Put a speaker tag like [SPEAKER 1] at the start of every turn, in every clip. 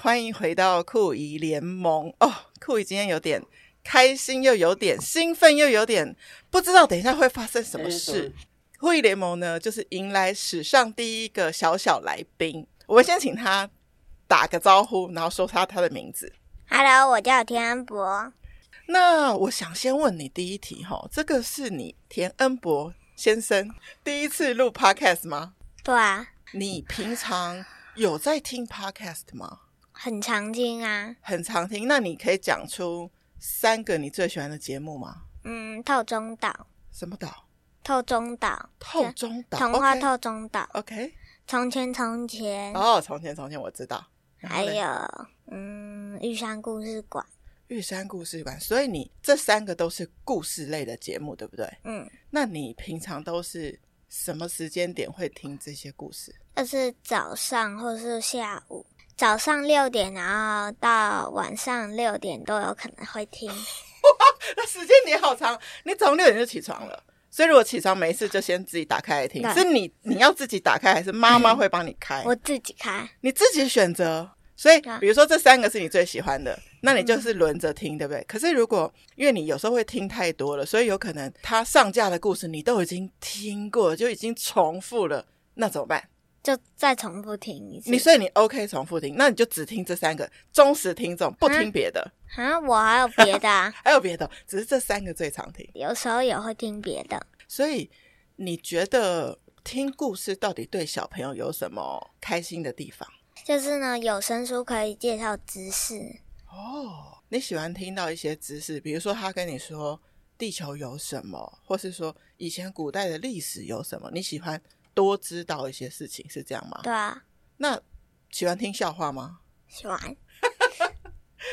[SPEAKER 1] 欢迎回到酷姨联盟哦。酷姨今天有点开心，又有点兴奋，又有点不知道等一下会发生什么
[SPEAKER 2] 哎什
[SPEAKER 1] 事
[SPEAKER 2] 么。
[SPEAKER 1] 酷姨联盟呢，就是迎来史上第一个小小来宾，我们先请他打个招呼，然后说他他的名字。
[SPEAKER 3] Hello，我叫田安博。
[SPEAKER 1] 那我想先问你第一题哈，这个是你田恩博先生第一次录 podcast 吗？
[SPEAKER 3] 对啊，
[SPEAKER 1] 你平常有在听 podcast 吗？
[SPEAKER 3] 很常听啊。
[SPEAKER 1] 很常听，那你可以讲出三个你最喜欢的节目吗？
[SPEAKER 3] 嗯，透中岛，
[SPEAKER 1] 什么岛？
[SPEAKER 3] 透中岛，
[SPEAKER 1] 透中岛？
[SPEAKER 3] 童话嗯
[SPEAKER 1] OK
[SPEAKER 3] 透中岛，
[SPEAKER 1] OK，
[SPEAKER 3] 从前从前，
[SPEAKER 1] 哦，从前从前我知道，然后
[SPEAKER 3] 还
[SPEAKER 1] 嘞
[SPEAKER 3] 有嗯，玉山故事馆。
[SPEAKER 1] 玉山故事馆，所以你这三个都是故事类的节目，对不对？
[SPEAKER 3] 嗯，
[SPEAKER 1] 那你平常都是什么时间点会听这些故事？
[SPEAKER 3] 就是早上或是下午，早上六点，然后到晚上六点都有可能会听。
[SPEAKER 1] 那时间点好长，你早上六点就起床了。所以如果起床没事，就先自己打开来听。
[SPEAKER 3] 对
[SPEAKER 1] 是你你要自己打开，还是妈妈会帮你开？
[SPEAKER 3] 我自己开，
[SPEAKER 1] 你自己选择。所以
[SPEAKER 3] 对，
[SPEAKER 1] 比如说这三个是你最喜欢的，那你就是轮着听，对不对？可是如果因为你有时候会听太多了，所以有可能它上架的故事你都已经听过了，就已经重复了，那怎么办？
[SPEAKER 3] 就再重复听一次。
[SPEAKER 1] 你所以你 OK 重复听，那你就只听这三个，忠实听众，不听别的，
[SPEAKER 3] 啊，我还有别的啊，
[SPEAKER 1] 还有别的，只是这三个最常听。
[SPEAKER 3] 有时候也会听别的。
[SPEAKER 1] 所以你觉得听故事到底对小朋友有什么开心的地方？
[SPEAKER 3] 就是呢，有声书可以介绍知识，
[SPEAKER 1] 哦，你喜欢听到一些知识，比如说他跟你说地球有什么，或是说以前古代的历史有什么，你喜欢多知道一些事情，是这样吗？
[SPEAKER 3] 对啊，
[SPEAKER 1] 那喜欢听笑话吗？
[SPEAKER 3] 喜欢，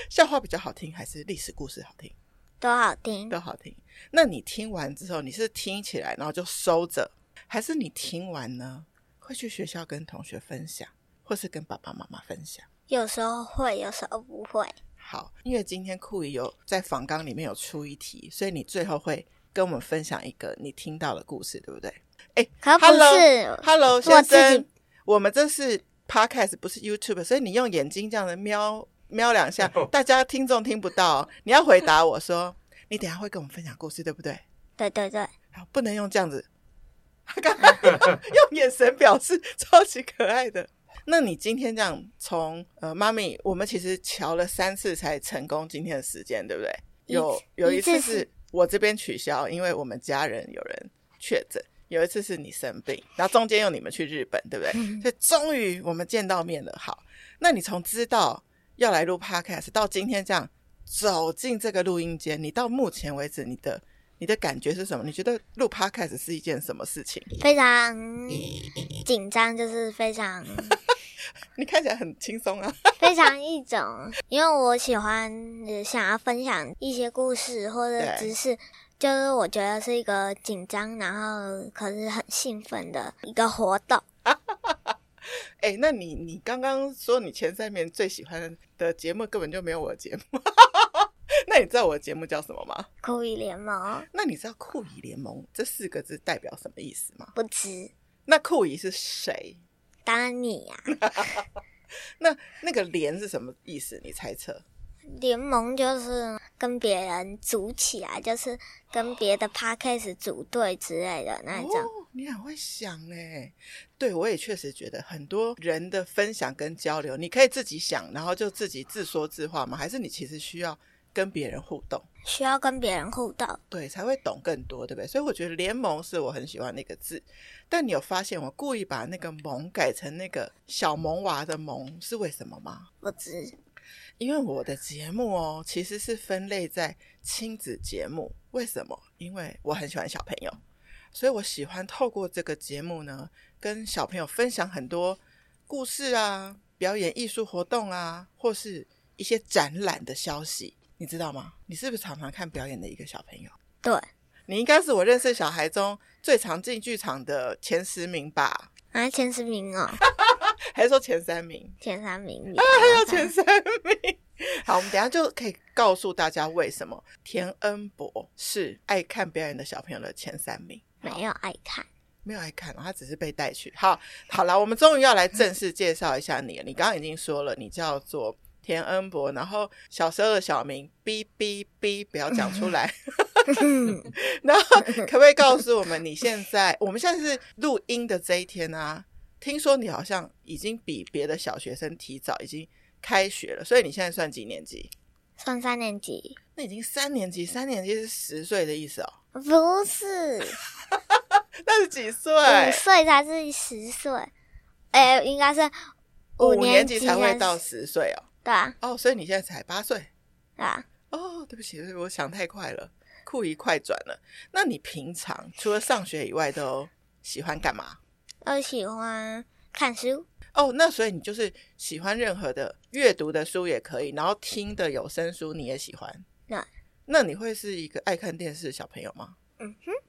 [SPEAKER 1] 笑话比较好听，还是历史故事好听？
[SPEAKER 3] 都好听，
[SPEAKER 1] 都好听。那你听完之后，你是听起来然后就收着，还是你听完呢会去学校跟同学分享，或是跟爸爸妈妈分享？
[SPEAKER 3] 有时候会，有时候不会。
[SPEAKER 1] 好，因为今天酷姨有在访纲里面有出一题，所以你最后会跟我们分享一个你听到的故事，对不对
[SPEAKER 3] 可不是，
[SPEAKER 1] ？Hello，
[SPEAKER 3] 是我
[SPEAKER 1] 先
[SPEAKER 3] 自己
[SPEAKER 1] 生，我们这是 Podcast，不是 YouTube，所以你用眼睛这样的瞄瞄两下，大家听众听不到。你要回答我说，你等一下会跟我们分享故事，对不对？
[SPEAKER 3] 对对对，
[SPEAKER 1] 好，不能用这样子， 刚刚 用眼神表示， 超级可爱的。那你今天这样从呃，妈咪，我们其实瞧了三次才成功今天的时间，对不对？
[SPEAKER 3] 一
[SPEAKER 1] 有有一
[SPEAKER 3] 一
[SPEAKER 1] 次
[SPEAKER 3] 次
[SPEAKER 1] 是
[SPEAKER 3] 是
[SPEAKER 1] 我这边取消，因为我们家人有人确诊；有一次是你生病，然后中间又你们去日本，对不对？所以终于我们见到面了。好，那你从知道要来录 podcast 到今天这样走进这个录音间，你到目前为止你的你的感觉是什么？你觉得录 podcast 是一件什么事情？
[SPEAKER 3] 非常紧张，就是非常
[SPEAKER 1] 你看起来很轻松啊。
[SPEAKER 3] 非常一种，因为我喜欢呃想要分享一些故事或者
[SPEAKER 1] 对
[SPEAKER 3] 知识。就是我觉得是一个紧张，然后可是很兴奋的一个活动。
[SPEAKER 1] 哎、那你你刚刚说你前三名最喜欢的节目根本就没有我的节目， 那你知道我的节目叫什么吗？
[SPEAKER 3] 酷艺联盟
[SPEAKER 1] 那你知道“酷姨联盟”这四个字代表什么意思吗？
[SPEAKER 3] 不止，
[SPEAKER 1] 那酷姨是谁？
[SPEAKER 3] 当然你啊呀、
[SPEAKER 1] 那那个“联”是什么意思？你猜测？
[SPEAKER 3] 联盟就是跟别人组起来，就是跟别的 p a c k a s e 组队之类的那一种。
[SPEAKER 1] 哦，你很会想哎、对我也确实觉得很多人的分享跟交流，你可以自己想，然后就自己自说自话吗？还是你其实需要跟别人互动？
[SPEAKER 3] 需要跟别人互动。
[SPEAKER 1] 对，才会懂更多，对不对？所以我觉得“联盟”是我很喜欢的一个字。但你有发现我故意把那个“萌”改成那个小萌娃的“萌”是为什么吗？
[SPEAKER 3] 不知
[SPEAKER 1] 因为我的节目哦，其实是分类在亲子节目。为什么？因为我很喜欢小朋友，所以我喜欢透过这个节目呢，跟小朋友分享很多故事啊、表演艺术活动啊，或是一些展览的消息。你知道吗？你是不是常常看表演的一个小朋友？
[SPEAKER 3] 对，
[SPEAKER 1] 你应该是我认识小孩中最常进剧场的前十名吧，
[SPEAKER 3] 啊，前十名哦，
[SPEAKER 1] 还是说前三名？
[SPEAKER 3] 前三名。
[SPEAKER 1] 啊还有前三名。好，我们等一下就可以告诉大家为什么田恩博是爱看表演的小朋友的前三名。
[SPEAKER 3] 没有爱看，
[SPEAKER 1] 没有爱看、哦，他只是被带去。好，好了，我们终于要来正式介绍一下你了。你刚刚已经说了，你叫做田恩博，然后小时候的小名哔哔哔，不要讲出来。然后可不可以告诉我们，你现在我们现在是录音的这一天啊？听说你好像已经比别的小学生提早已经开学了，所以你现在算几年级？
[SPEAKER 3] 上三年级
[SPEAKER 1] 那已经三年级，三年级是十岁的意思哦。
[SPEAKER 3] 不是
[SPEAKER 1] 那是几岁？
[SPEAKER 3] 五岁才是十岁，哎、应该是
[SPEAKER 1] 五
[SPEAKER 3] 年
[SPEAKER 1] 级
[SPEAKER 3] 级
[SPEAKER 1] 才会
[SPEAKER 3] 是
[SPEAKER 1] 到十岁哦。
[SPEAKER 3] 对啊
[SPEAKER 1] 哦，所以你现在才八岁
[SPEAKER 3] 对啊，
[SPEAKER 1] 哦。对不起，对不起我想太快了，酷一快转了。那你平常除了上学以外，都喜欢干嘛？
[SPEAKER 3] 我喜欢看书，
[SPEAKER 1] 哦，那所以你就是喜欢任何的阅读的书也可以，然后听的有声书你也喜欢。
[SPEAKER 3] 对
[SPEAKER 1] 那你会是一个爱看电视的小朋友吗？
[SPEAKER 3] 嗯
[SPEAKER 1] 哼，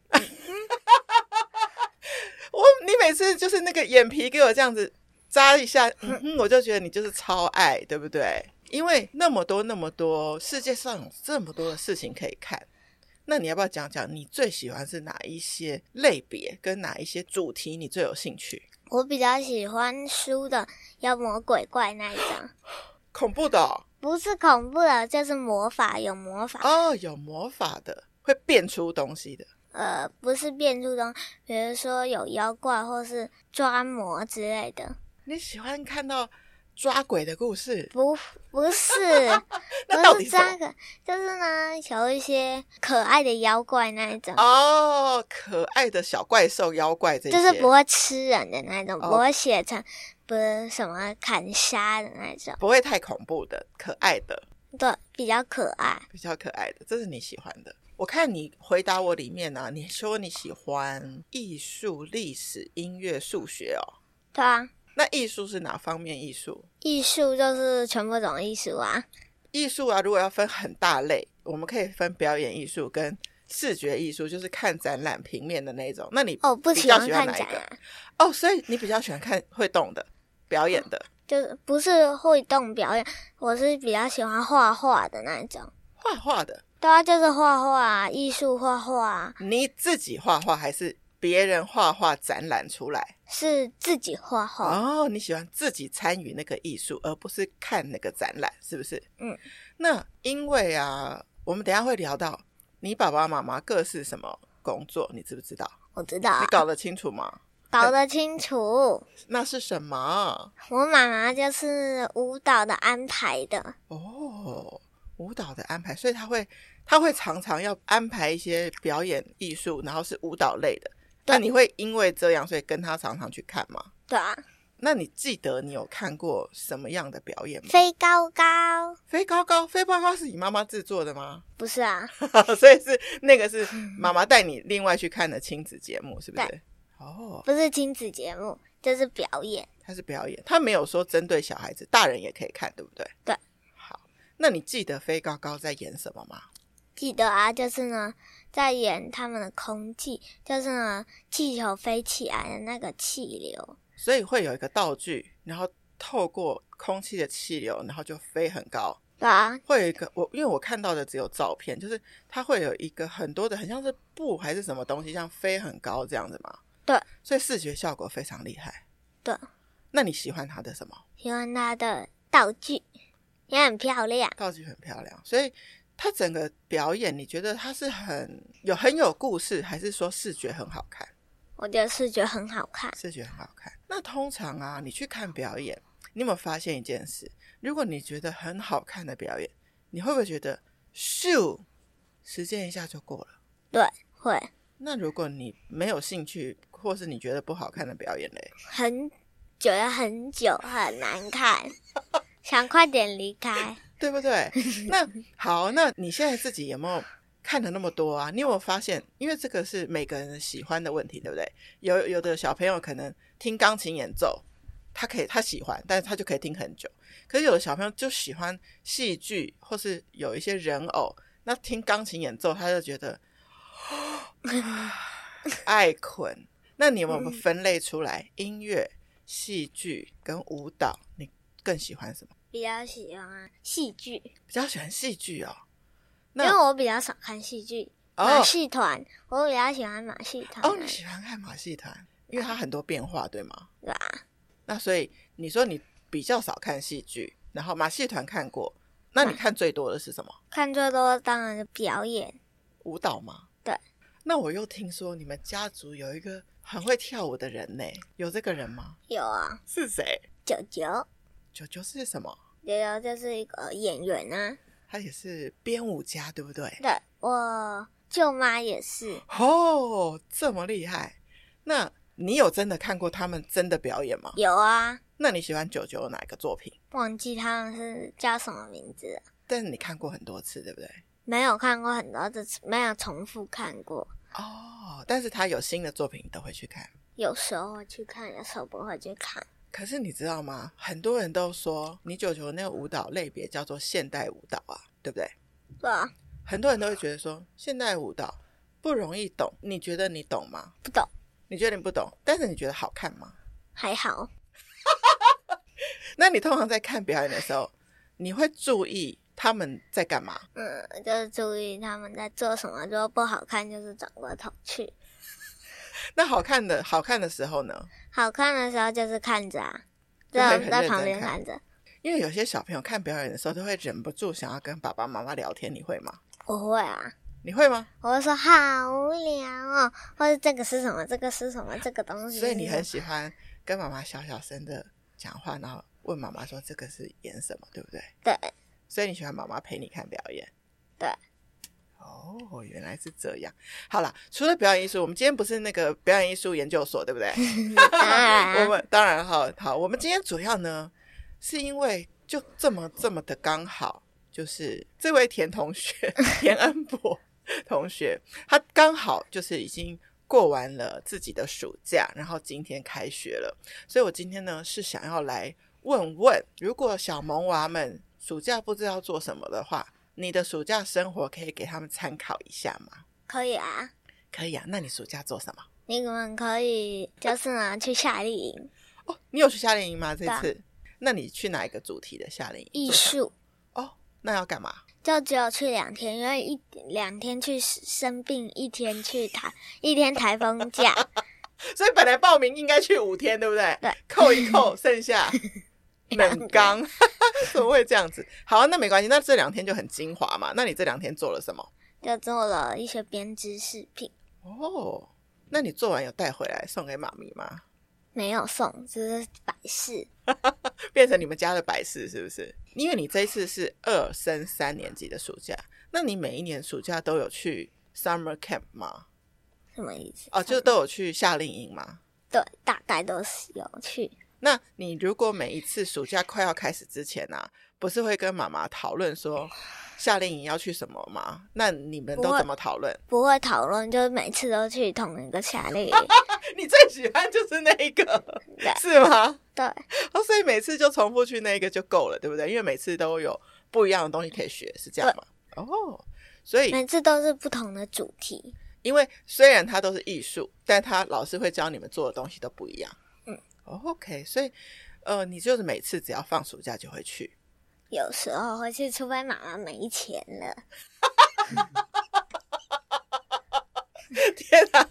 [SPEAKER 1] 我你每次就是那个眼皮给我这样子扎一下，嗯哼，我就觉得你就是超爱，对不对？因为那么多那么多世界上有这么多的事情可以看，那你要不要讲讲你最喜欢是哪一些类别跟哪一些主题你最有兴趣？
[SPEAKER 3] 我比较喜欢书的妖魔鬼怪那一种，
[SPEAKER 1] 恐怖的哦、
[SPEAKER 3] 不是恐怖的，就是魔法，有魔法，
[SPEAKER 1] 哦，有魔法的，会变出东西的。
[SPEAKER 3] 呃，不是变出东，比如说有妖怪或是抓魔之类的，
[SPEAKER 1] 你喜欢看到抓鬼的故事？
[SPEAKER 3] 不，不是，
[SPEAKER 1] 那到
[SPEAKER 3] 不
[SPEAKER 1] 底
[SPEAKER 3] 是
[SPEAKER 1] 什么
[SPEAKER 3] 这个，就是呢，有一些可爱的妖怪那一种，
[SPEAKER 1] 哦，可爱的小怪兽、妖怪这些，
[SPEAKER 3] 就是不会吃人的那种，
[SPEAKER 1] 哦
[SPEAKER 3] 不会写成不是什么砍杀的那种，
[SPEAKER 1] 不会太恐怖的，可爱的，
[SPEAKER 3] 对，比较可爱。
[SPEAKER 1] 比较可爱的，这是你喜欢的。我看你回答我里面呢、啊，你说你喜欢艺术、历史、音乐、数学哦。
[SPEAKER 3] 对啊，
[SPEAKER 1] 那艺术是哪方面艺术？
[SPEAKER 3] 艺术就是全部懂艺术啊。
[SPEAKER 1] 艺术啊，如果要分很大类，我们可以分表演艺术跟视觉艺术，就是看展览平面的那一种。那你
[SPEAKER 3] 哦，不
[SPEAKER 1] 比
[SPEAKER 3] 喜
[SPEAKER 1] 较
[SPEAKER 3] 欢
[SPEAKER 1] 喜欢
[SPEAKER 3] 看
[SPEAKER 1] 哪一
[SPEAKER 3] 展
[SPEAKER 1] 个
[SPEAKER 3] 览，
[SPEAKER 1] 哦，所以你比较喜欢看会动的表演的
[SPEAKER 3] 就是不是会动表演，我是比较喜欢画画的那一种。
[SPEAKER 1] 画画的，
[SPEAKER 3] 对啊，就是画画啊，艺术画画啊，
[SPEAKER 1] 你自己画画还是别人画画展览出来？
[SPEAKER 3] 是自己画画。
[SPEAKER 1] 哦，你喜欢自己参与那个艺术，而不是看那个展览，是不是？
[SPEAKER 3] 嗯。
[SPEAKER 1] 那因为啊，我们等一下会聊到你爸爸妈妈各是什么工作，你知不知道？
[SPEAKER 3] 我知道啊
[SPEAKER 1] 你，搞得清楚吗？
[SPEAKER 3] 搞得清楚。
[SPEAKER 1] 那是什么？
[SPEAKER 3] 我妈妈就是舞蹈的安排的，
[SPEAKER 1] 哦，舞蹈的安排，所以他会他会常常要安排一些表演艺术，然后是舞蹈类的。
[SPEAKER 3] 对
[SPEAKER 1] 那你会因为这样，所以跟他常常去看吗？
[SPEAKER 3] 对啊，
[SPEAKER 1] 那你记得你有看过什么样的表演吗？
[SPEAKER 3] 飞高高
[SPEAKER 1] 飞高高，飞高高是你妈妈制作的吗？
[SPEAKER 3] 不是啊，
[SPEAKER 1] 所以是那个是
[SPEAKER 3] 嗯
[SPEAKER 1] 妈妈带你另外去看的亲子节目，是不是？哦，
[SPEAKER 3] 不是亲子节目，就是表演。
[SPEAKER 1] 它是表演，它没有说针对小孩子，大人也可以看，对不对？
[SPEAKER 3] 对。
[SPEAKER 1] 好，那你记得飞高高在演什么吗？
[SPEAKER 3] 记得啊，就是呢，在演他们的空气，就是呢，气球飞起来的那个气流。
[SPEAKER 1] 所以会有一个道具，然后透过空气的气流，然后就飞很高。
[SPEAKER 3] 对啊，
[SPEAKER 1] 会有一个我，因为我看到的只有照片，就是它会有一个很多的，很像是布还是什么东西，像飞很高这样子嘛。
[SPEAKER 3] 对，
[SPEAKER 1] 所以视觉效果非常厉害。
[SPEAKER 3] 对，
[SPEAKER 1] 那你喜欢它的什么
[SPEAKER 3] 喜欢它的道具也很漂亮。
[SPEAKER 1] 道具？很漂亮，所以它整个表演，你觉得它是很有很有故事，还是说视觉很好看？
[SPEAKER 3] 我觉得视觉很好看。
[SPEAKER 1] 视觉很好看。那通常啊，你去看表演，你有没有发现一件事？如果你觉得很好看的表演，你会不会觉得咻，时间一下就过了？
[SPEAKER 3] 对，会
[SPEAKER 1] 那如果你没有兴趣，或是你觉得不好看的表演嘞，
[SPEAKER 3] 很觉得很久很 难看，想快点离开。
[SPEAKER 1] 对不对？那好，那你现在自己有没有看了那么多啊？你有没有发现？因为这个是每个人喜欢的问题，对不对？有有的小朋友可能听钢琴演奏，他可以他喜欢，但是他就可以听很久。可是有的小朋友就喜欢戏剧，或是有一些人偶，那听钢琴演奏他就觉得爱困。那你有没有分类出来音乐、戏剧跟舞蹈？你更喜欢什么？
[SPEAKER 3] 比较喜欢戏剧，
[SPEAKER 1] 比较喜欢戏剧哦。
[SPEAKER 3] 因
[SPEAKER 1] 那
[SPEAKER 3] 为我比较少看戏剧，马
[SPEAKER 1] 哦
[SPEAKER 3] 戏团，我比较喜欢马戏团
[SPEAKER 1] 哦，
[SPEAKER 3] 啊
[SPEAKER 1] 你，喜欢看马戏团，因为它很多变化，对吗？
[SPEAKER 3] 对吧？
[SPEAKER 1] 那所以你说你比较少看戏剧，然后马戏团看过，那你看最多的是什么？
[SPEAKER 3] 看最多当然是表演，
[SPEAKER 1] 舞蹈吗？
[SPEAKER 3] 对。
[SPEAKER 1] 那我又听说你们家族有一个很会跳舞的人呢，有这个人吗？
[SPEAKER 3] 有啊，
[SPEAKER 1] 是谁？
[SPEAKER 3] 九九，
[SPEAKER 1] 九九是什么？
[SPEAKER 3] 九九就是一个演员啊。
[SPEAKER 1] 他也是编舞家，对不对？
[SPEAKER 3] 对，我舅妈也是，
[SPEAKER 1] 哦，这么厉害！那你有真的看过他们真的表演吗？
[SPEAKER 3] 有啊，
[SPEAKER 1] 那你喜欢九九哪个作品？
[SPEAKER 3] 忘记他们是叫什么名字了，
[SPEAKER 1] 但是你看过很多次，对不对？
[SPEAKER 3] 没有看过很多次，没有重复看过。
[SPEAKER 1] 哦，但是他有新的作品，你都会去看。
[SPEAKER 3] 有时候会去看，有时候不会去看。
[SPEAKER 1] 可是你知道吗？很多人都说你九九那个舞蹈类别叫做现代舞蹈啊，对不对？
[SPEAKER 3] 对啊，
[SPEAKER 1] 很多人都会觉得说现代舞蹈不容易懂，你觉得你懂吗？
[SPEAKER 3] 不懂
[SPEAKER 1] 你觉得你不懂，但是你觉得好看吗？
[SPEAKER 3] 还好，
[SPEAKER 1] 那你通常在看表演的时候，你会注意他们在干嘛？
[SPEAKER 3] 嗯，就是注意他们在做什么，如果不好看就是转过头去。
[SPEAKER 1] 那好看的好看的时候呢？
[SPEAKER 3] 好看的时候就是看 着啊，
[SPEAKER 1] 就
[SPEAKER 3] 在
[SPEAKER 1] 很认
[SPEAKER 3] 在
[SPEAKER 1] 真
[SPEAKER 3] 旁边
[SPEAKER 1] 看
[SPEAKER 3] 看着，
[SPEAKER 1] 因为有些小朋友看表演的时候，都会忍不住想要跟爸爸妈妈聊天，你会吗？
[SPEAKER 3] 我会啊。
[SPEAKER 1] 你会吗？
[SPEAKER 3] 我会说好无聊哦，或者这个是什么，这个是什么，这个东西是什
[SPEAKER 1] 所
[SPEAKER 3] 么。
[SPEAKER 1] 以你很喜欢跟妈妈小小声的讲话，然后问妈妈说这个是演什么，对不对？
[SPEAKER 3] 对，
[SPEAKER 1] 所以你喜欢妈妈陪你看表演。
[SPEAKER 3] 对。
[SPEAKER 1] 哦，原来是这样。好啦，除了表演艺术，我们今天不是那个表演艺术研究所，对不对？
[SPEAKER 3] 当然啊
[SPEAKER 1] 我们当然好好，我们今天主要呢，是因为就这么这么的刚好，就是这位田同学田恩博同学，他刚好就是已经过完了自己的暑假，然后今天开学了，所以我今天呢是想要来问问，如果小萌娃们暑假不知道做什么的话，你的暑假生活可以给他们参考一下吗？
[SPEAKER 3] 可以啊。
[SPEAKER 1] 可以啊，那你暑假做什么？
[SPEAKER 3] 你们可以就是呢去夏令营、
[SPEAKER 1] 哦，你有去夏令营吗？这
[SPEAKER 3] 对啊
[SPEAKER 1] 次？那你去哪一个主题的夏令营？
[SPEAKER 3] 艺术，
[SPEAKER 1] 哦，那要干嘛？
[SPEAKER 3] 就只有去两天，因为一两天去生病，一天去台，一天台风假，
[SPEAKER 1] 所以本来报名应该去五天，对不对？
[SPEAKER 3] 对，
[SPEAKER 1] 扣一扣，剩 下冷刚， 怎么会这样子？好，啊那没关系，那这两天就很精华嘛。那你这两天做了什么？
[SPEAKER 3] 就做了一些编织饰品，
[SPEAKER 1] 哦，那你做完有带回来送给妈咪吗？
[SPEAKER 3] 没有送，只是摆饰。
[SPEAKER 1] 变成你们家的摆饰是不是？因为你这一次是二升三年级的暑假，那你每一年暑假都有去 summer camp 吗？
[SPEAKER 3] 什么意思？
[SPEAKER 1] 哦，就都有去夏令营吗？
[SPEAKER 3] 对，大概都是有去。
[SPEAKER 1] 那你如果每一次暑假快要开始之前啊，不是会跟妈妈讨论说夏令营要去什么吗？那你们
[SPEAKER 3] 不
[SPEAKER 1] 都
[SPEAKER 3] 会
[SPEAKER 1] 怎么讨论？
[SPEAKER 3] 不会讨论，就是每次都去同一个夏令营。
[SPEAKER 1] 你最喜欢就是那一个，
[SPEAKER 3] 对
[SPEAKER 1] 是吗？
[SPEAKER 3] 对
[SPEAKER 1] 哦，所以每次就重复去那一个就够了，对不对？因为每次都有不一样的东西可以学，是这样吗？哦，所以
[SPEAKER 3] 每次都是不同的主题。
[SPEAKER 1] 因为虽然它都是艺术，但它老师会教你们做的东西都不一样。
[SPEAKER 3] 嗯
[SPEAKER 1] 哦，OK，所以呃，你就是每次只要放暑假就会去。
[SPEAKER 3] 有时候会去，除非妈妈没钱了。
[SPEAKER 1] 天哪、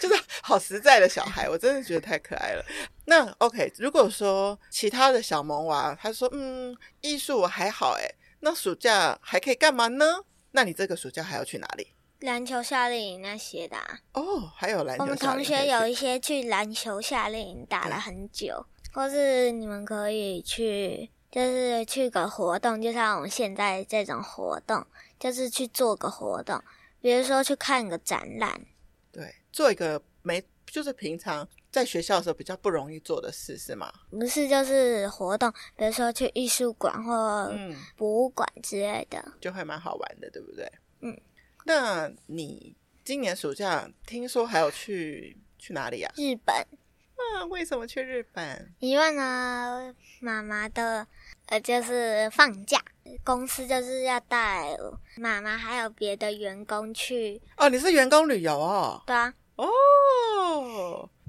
[SPEAKER 1] 就是好实在的小孩，我真的觉得太可爱了。那 OK，如果说其他的小萌娃，他说嗯，艺术我还好哎，那暑假还可以干嘛呢？那你这个暑假还要去哪里？
[SPEAKER 3] 篮球夏令营那些的啊、
[SPEAKER 1] 哦，还有篮球
[SPEAKER 3] 我们
[SPEAKER 1] 夏
[SPEAKER 3] 同
[SPEAKER 1] 令可以
[SPEAKER 3] 学
[SPEAKER 1] 去
[SPEAKER 3] 有一些去篮球夏令营打了很久，或是你们可以去，就是去个活动，就像我们现在这种活动，就是去做个活动，比如说去看个展览，
[SPEAKER 1] 对做一个没就是平常在学校的时候比较不容易做的事是吗？
[SPEAKER 3] 不是就是活动，比如说去艺术馆或
[SPEAKER 1] 嗯，
[SPEAKER 3] 博物馆之类的。
[SPEAKER 1] 就会蛮好玩的，对不对？
[SPEAKER 3] 嗯，
[SPEAKER 1] 那你今年暑假听说还有去去哪里呀、
[SPEAKER 3] 日本，
[SPEAKER 1] 啊，为什么去日本？
[SPEAKER 3] 因为呢，妈妈的呃就是放假，公司就是要带妈妈还有别的员工去，
[SPEAKER 1] 哦，你是员工旅游哦。
[SPEAKER 3] 对啊。
[SPEAKER 1] 哦，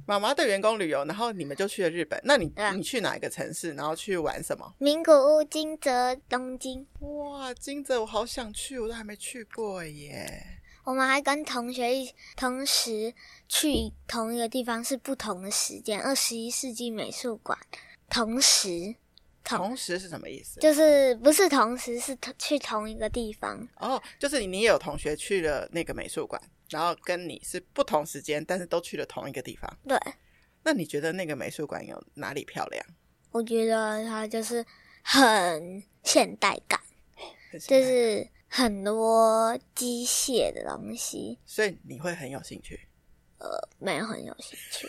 [SPEAKER 1] 妈妈的员工旅游，然后你们就去了日本。那你、
[SPEAKER 3] 对啊
[SPEAKER 1] 你去哪一个城市？然后去玩什么？
[SPEAKER 3] 名古屋、金泽、东京，
[SPEAKER 1] 哇，金泽我好想去，我都还没去过耶。
[SPEAKER 3] 我们还跟同学一同时去同一个地方，是不同的时间。二十一世纪美术馆，同时
[SPEAKER 1] 同时是什么意思？
[SPEAKER 3] 就是不是同时，是同去同一个地方。
[SPEAKER 1] 哦，就是你也有同学去了那个美术馆，然后跟你是不同时间，但是都去了同一个地方。
[SPEAKER 3] 对，
[SPEAKER 1] 那你觉得那个美术馆有哪里漂亮？
[SPEAKER 3] 我觉得它就是很现代感，
[SPEAKER 1] 很喜欢
[SPEAKER 3] 就是很多机械的东西，
[SPEAKER 1] 所以你会很有兴趣。
[SPEAKER 3] 没有很有兴趣。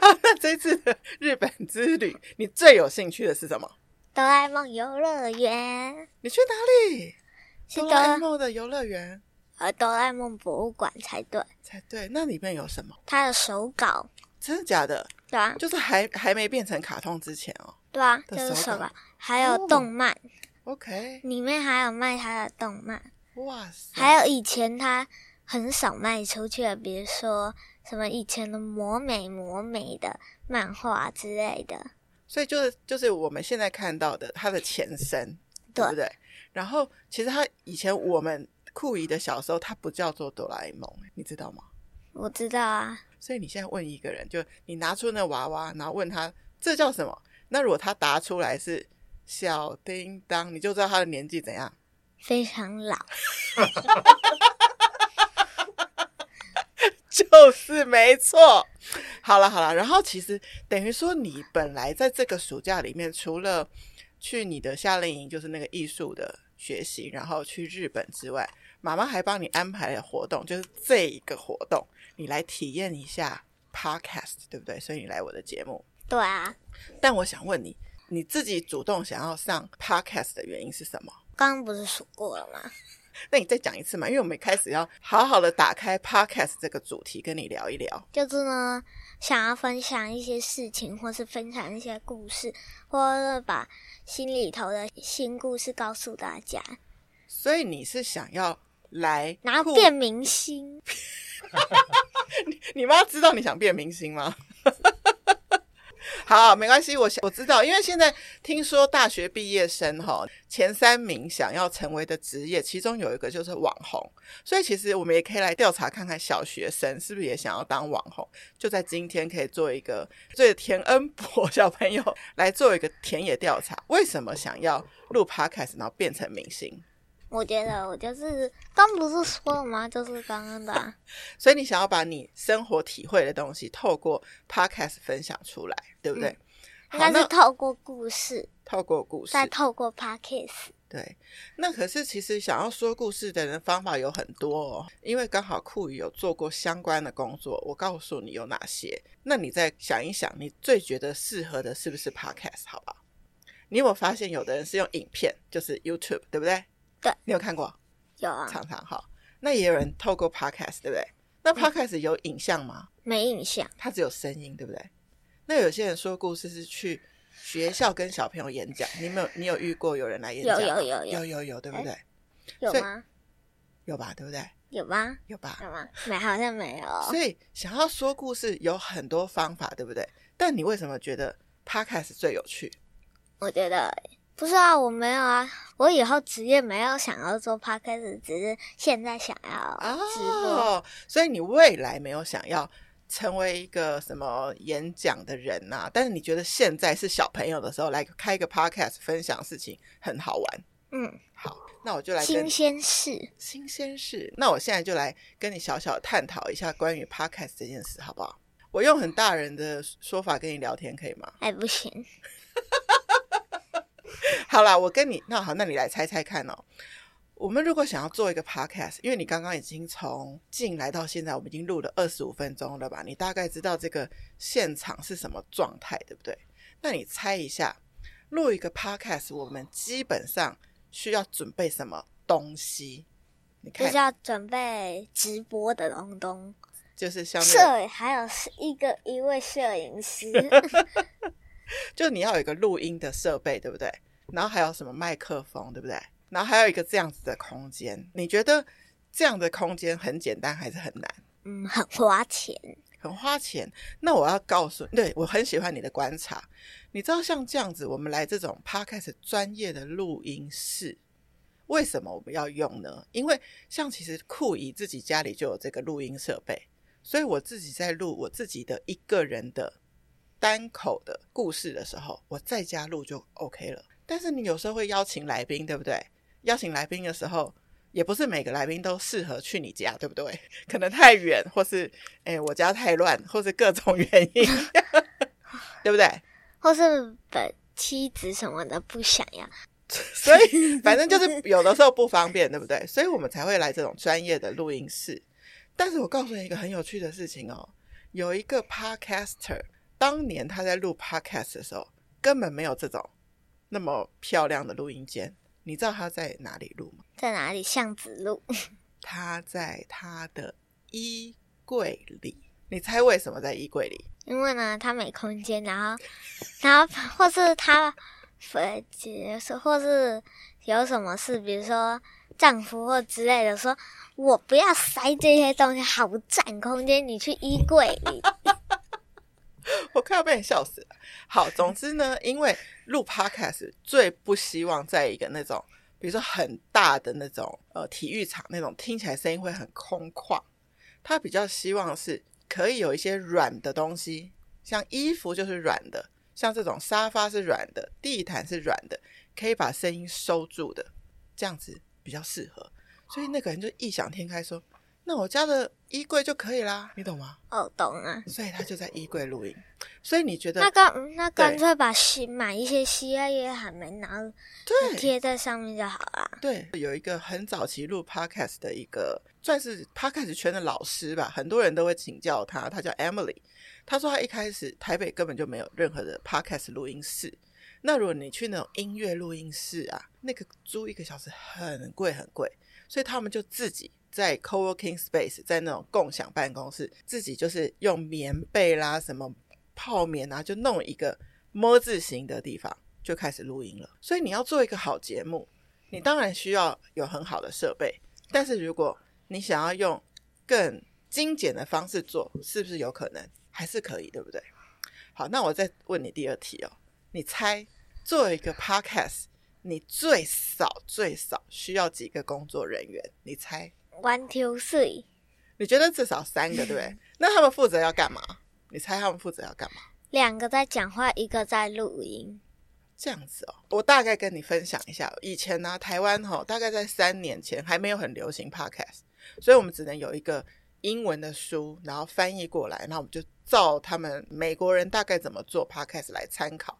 [SPEAKER 1] 啊，那这次的日本之旅，你最有兴趣的是什么？
[SPEAKER 3] 哆啦 A 梦游乐园
[SPEAKER 1] 你去哪里？
[SPEAKER 3] 是
[SPEAKER 1] 哆
[SPEAKER 3] 哆
[SPEAKER 1] 啦
[SPEAKER 3] 啦
[SPEAKER 1] A 梦的游乐园
[SPEAKER 3] 呃哆啦 A 梦博物馆才对，
[SPEAKER 1] 才对。那里面有什么？
[SPEAKER 3] 它的手稿
[SPEAKER 1] 真的假的？
[SPEAKER 3] 对啊
[SPEAKER 1] 就是还还没变成卡通之前哦。
[SPEAKER 3] 对啊，
[SPEAKER 1] 的
[SPEAKER 3] 就是
[SPEAKER 1] 手
[SPEAKER 3] 手
[SPEAKER 1] 稿
[SPEAKER 3] 稿，还有
[SPEAKER 1] 哦
[SPEAKER 3] 动漫，
[SPEAKER 1] OK，
[SPEAKER 3] 里面还有卖它的动漫。
[SPEAKER 1] 哇塞，
[SPEAKER 3] 还有以前他很少卖出去的，比如说什么以前的魔美魔美的漫画之类的。
[SPEAKER 1] 所以就是就是我们现在看到的它的前身，对
[SPEAKER 3] 对
[SPEAKER 1] 不对？然后其实它以前我们酷姨的小时候，它不叫做哆啦 A 梦，你知道吗？
[SPEAKER 3] 我知道啊，
[SPEAKER 1] 所以你现在问一个人，就你拿出那娃娃，然后问他这叫什么？那如果他答出来是小叮当，你就知道他的年纪怎样。
[SPEAKER 3] 非常老，
[SPEAKER 1] 就是没错。好了好了，然后其实等于说，你本来在这个暑假里面，除了去你的夏令营，就是那个艺术的学习，然后去日本之外，妈妈还帮你安排了活动，就是这一个活动，你来体验一下 podcast，对不对？所以你来我的节目，
[SPEAKER 3] 对啊。
[SPEAKER 1] 但我想问你，你自己主动想要上 podcast 的原因是什么？
[SPEAKER 3] 刚刚不是说过了吗？
[SPEAKER 1] 那你再讲一次嘛，因为我们开始要好好的打开 podcast 这个主题，跟你聊一聊。
[SPEAKER 3] 就是呢，想要分享一些事情，或是分享一些故事，或者把心里头的新故事告诉大家，
[SPEAKER 1] 所以你是想要来
[SPEAKER 3] 然后
[SPEAKER 1] 酷
[SPEAKER 3] 变明星。
[SPEAKER 1] 你妈知道你想变明星吗？ 好，没关系，我想我知道，因为现在听说大学毕业生哈，前三名想要成为的职业，其中有一个就是网红，所以其实我们也可以来调查看看小学生是不是也想要当网红，就在今天可以做一个对田恩博小朋友来做一个田野调查，为什么想要录 podcast 然后变成明星？
[SPEAKER 3] 我觉得我就是刚不是说了吗？就是刚刚的啊、
[SPEAKER 1] 所以你想要把你生活体会的东西透过 podcast 分享出来，对不对？
[SPEAKER 3] 应
[SPEAKER 1] 好，
[SPEAKER 3] 该
[SPEAKER 1] 那
[SPEAKER 3] 是透过故事，
[SPEAKER 1] 透过故事，
[SPEAKER 3] 再透过 podcast，
[SPEAKER 1] 对。那可是其实想要说故事的人方法有很多哦，因为刚好酷宇有做过相关的工作，我告诉你有哪些，那你再想一想，你最觉得适合的是不是 podcast？好吧？你有没有发现有的人是用影片，就是 YouTube，对不对？
[SPEAKER 3] 对，
[SPEAKER 1] 你有看过？
[SPEAKER 3] 有啊，
[SPEAKER 1] 常常好。那也有人透过 podcast，对不对？那 podcast 有影像吗？
[SPEAKER 3] 没印象，
[SPEAKER 1] 它只有声音，对不对？那有些人说故事是去学校跟小朋友演讲，你有没有你有遇过有人来演讲吗？
[SPEAKER 3] 有哎有有
[SPEAKER 1] 有
[SPEAKER 3] 有
[SPEAKER 1] 有有，对不对？
[SPEAKER 3] 有
[SPEAKER 1] 所以
[SPEAKER 3] 吗？
[SPEAKER 1] 有吧，对不对？
[SPEAKER 3] 有吗？
[SPEAKER 1] 有吧。
[SPEAKER 3] 有吗？没，好像没有。
[SPEAKER 1] 所以想要说故事有很多方法，对不对？但你为什么觉得 podcast 最有趣？
[SPEAKER 3] 我觉得不是啊，我没有啊，我以后职业没有想要做 podcast，只是现在想要直播。
[SPEAKER 1] 哦，所以你未来没有想要成为一个什么演讲的人呐、但是你觉得现在是小朋友的时候来开一个 podcast 分享事情很好玩。
[SPEAKER 3] 嗯，
[SPEAKER 1] 好，那我就来跟
[SPEAKER 3] 新鲜事，
[SPEAKER 1] 新鲜事。那我现在就来跟你小小探讨一下关于 podcast 这件事，好不好？我用很大人的说法跟你聊天，可以吗？
[SPEAKER 3] 哎，不行，
[SPEAKER 1] 好啦，我跟你那好，那你来猜猜看哦。我们如果想要做一个 podcast，因为你刚刚已经从进来到现在，我们已经录了二十五分钟了吧？你大概知道这个现场是什么状态，对不对？那你猜一下，录一个 podcast，我们基本上需要准备什么东西？你
[SPEAKER 3] 就
[SPEAKER 1] 看
[SPEAKER 3] 是，要准备直播的东东，
[SPEAKER 1] 就是像那个
[SPEAKER 3] 摄还有是一个一位摄影师，
[SPEAKER 1] 就你要有一个录音的设备，对不对？然后还有什么麦克风，对不对？然后还有一个这样子的空间，你觉得这样的空间很简单还是很难？
[SPEAKER 3] 嗯，很花钱。
[SPEAKER 1] 很花钱。那我要告诉，对我很喜欢你的观察。你知道像这样子，我们来这种 podcast 专业的录音室，为什么我们要用呢？因为像其实酷姨自己家里就有这个录音设备，所以我自己在录我自己的一个人的单口的故事的时候，我在家录就 OK 了。但是你有时候会邀请来宾，对不对？邀请来宾的时候，也不是每个来宾都适合去你家，对不对？ 可能太远，或是哎、我家太乱，或是各种原因，对不对？
[SPEAKER 3] 或是本妻子什么的不想要，
[SPEAKER 1] 所以 反正就是有的时候不方便，对不对？所以我们才会来这种专业的录音室。但是我告诉你一个很有趣的事情哦，有一个 podcaster，当年他在录 podcast 的时候，根本没有这种那么漂亮的录音间。你知道他在哪里录吗？
[SPEAKER 3] 在哪里？巷子路
[SPEAKER 1] 他在他的衣柜里。你猜为什么在衣柜里？
[SPEAKER 3] 因为呢，他没空间，然后，然后或是他，呃，是或是有什么事，比如说丈夫或之类的，说我不要塞这些东西，好占空间，你去衣柜里。
[SPEAKER 1] 我快要被你笑死了。好，总之呢，因为录 podcast 最不希望在一个那种，比如说很大的那种呃体育场那种，听起来声音会很空旷。他比较希望是可以有一些软的东西，像衣服就是软的，像这种沙发是软的，地毯是软的，可以把声音收住的，这样子比较适合。所以那个人就异想天开说：“那我家的衣柜就可以啦，你懂吗？”
[SPEAKER 3] 哦，懂啊。
[SPEAKER 1] 所以他就在衣柜录音。所以你觉得
[SPEAKER 3] 那干那干脆把吸买一些吸啊也还没拿，就
[SPEAKER 1] 对
[SPEAKER 3] 贴在上面就好啦。
[SPEAKER 1] 对，有一个很早期录 podcast 的一个算是 podcast 圈的老师吧，很多人都会请教他，他叫 Emily。他说他一开始台北根本就没有任何的 podcast 录音室。那如果你去那种音乐录音室啊，那个租一个小时很贵很贵，所以他们就自己在 co-working space，在那种共享办公室，自己就是用棉被啦、什么泡棉啊，就弄一个么字形的地方就开始录音了。所以你要做一个好节目，你当然需要有很好的设备，但是如果你想要用更精简的方式做，是不是有可能？还是可以，对不对？好，那我再问你第二题哦，你猜作为一个 podcast，你最少最少需要几个工作人员？你猜？
[SPEAKER 3] One two three，
[SPEAKER 1] 你觉得至少三个，对不对？那他们负责要干嘛？你猜他们负责要干嘛？
[SPEAKER 3] 两个在讲话，一个在录音。
[SPEAKER 1] 这样子哦，我大概跟你分享一下，以前呢、台湾哈、大概在三年前还没有很流行 podcast，所以我们只能有一个英文的书，然后翻译过来，然后我们就照他们美国人大概怎么做 podcast 来参考。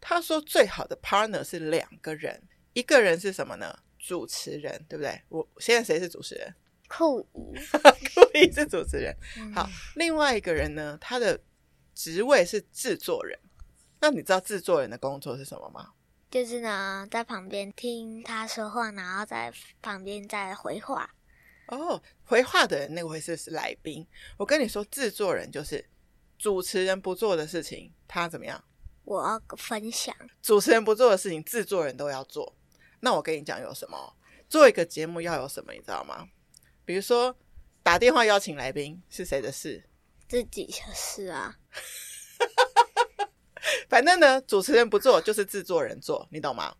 [SPEAKER 1] 他说最好的 partner 是两个人，一个人是什么呢？主持人，对不对？我现在谁是主持人？
[SPEAKER 3] 酷姨，
[SPEAKER 1] 故意是主持人。好，另外一个人呢，他的职位是制作人。那你知道制作人的工作是什么吗？
[SPEAKER 3] 就是呢，在旁边听他说话，然后在旁边再回话。
[SPEAKER 1] 哦，回话的人那个会是是来宾。我跟你说，制作人就是主持人不做的事情，他怎么样？
[SPEAKER 3] 我要分享，
[SPEAKER 1] 主持人不做的事情，制作人都要做。那我跟你讲有什么？做一个节目要有什么，你知道吗？比如说打电话邀请来宾是谁的事，
[SPEAKER 3] 自己就是啊，
[SPEAKER 1] 反正呢，主持人不做就是制作人做，你懂吗？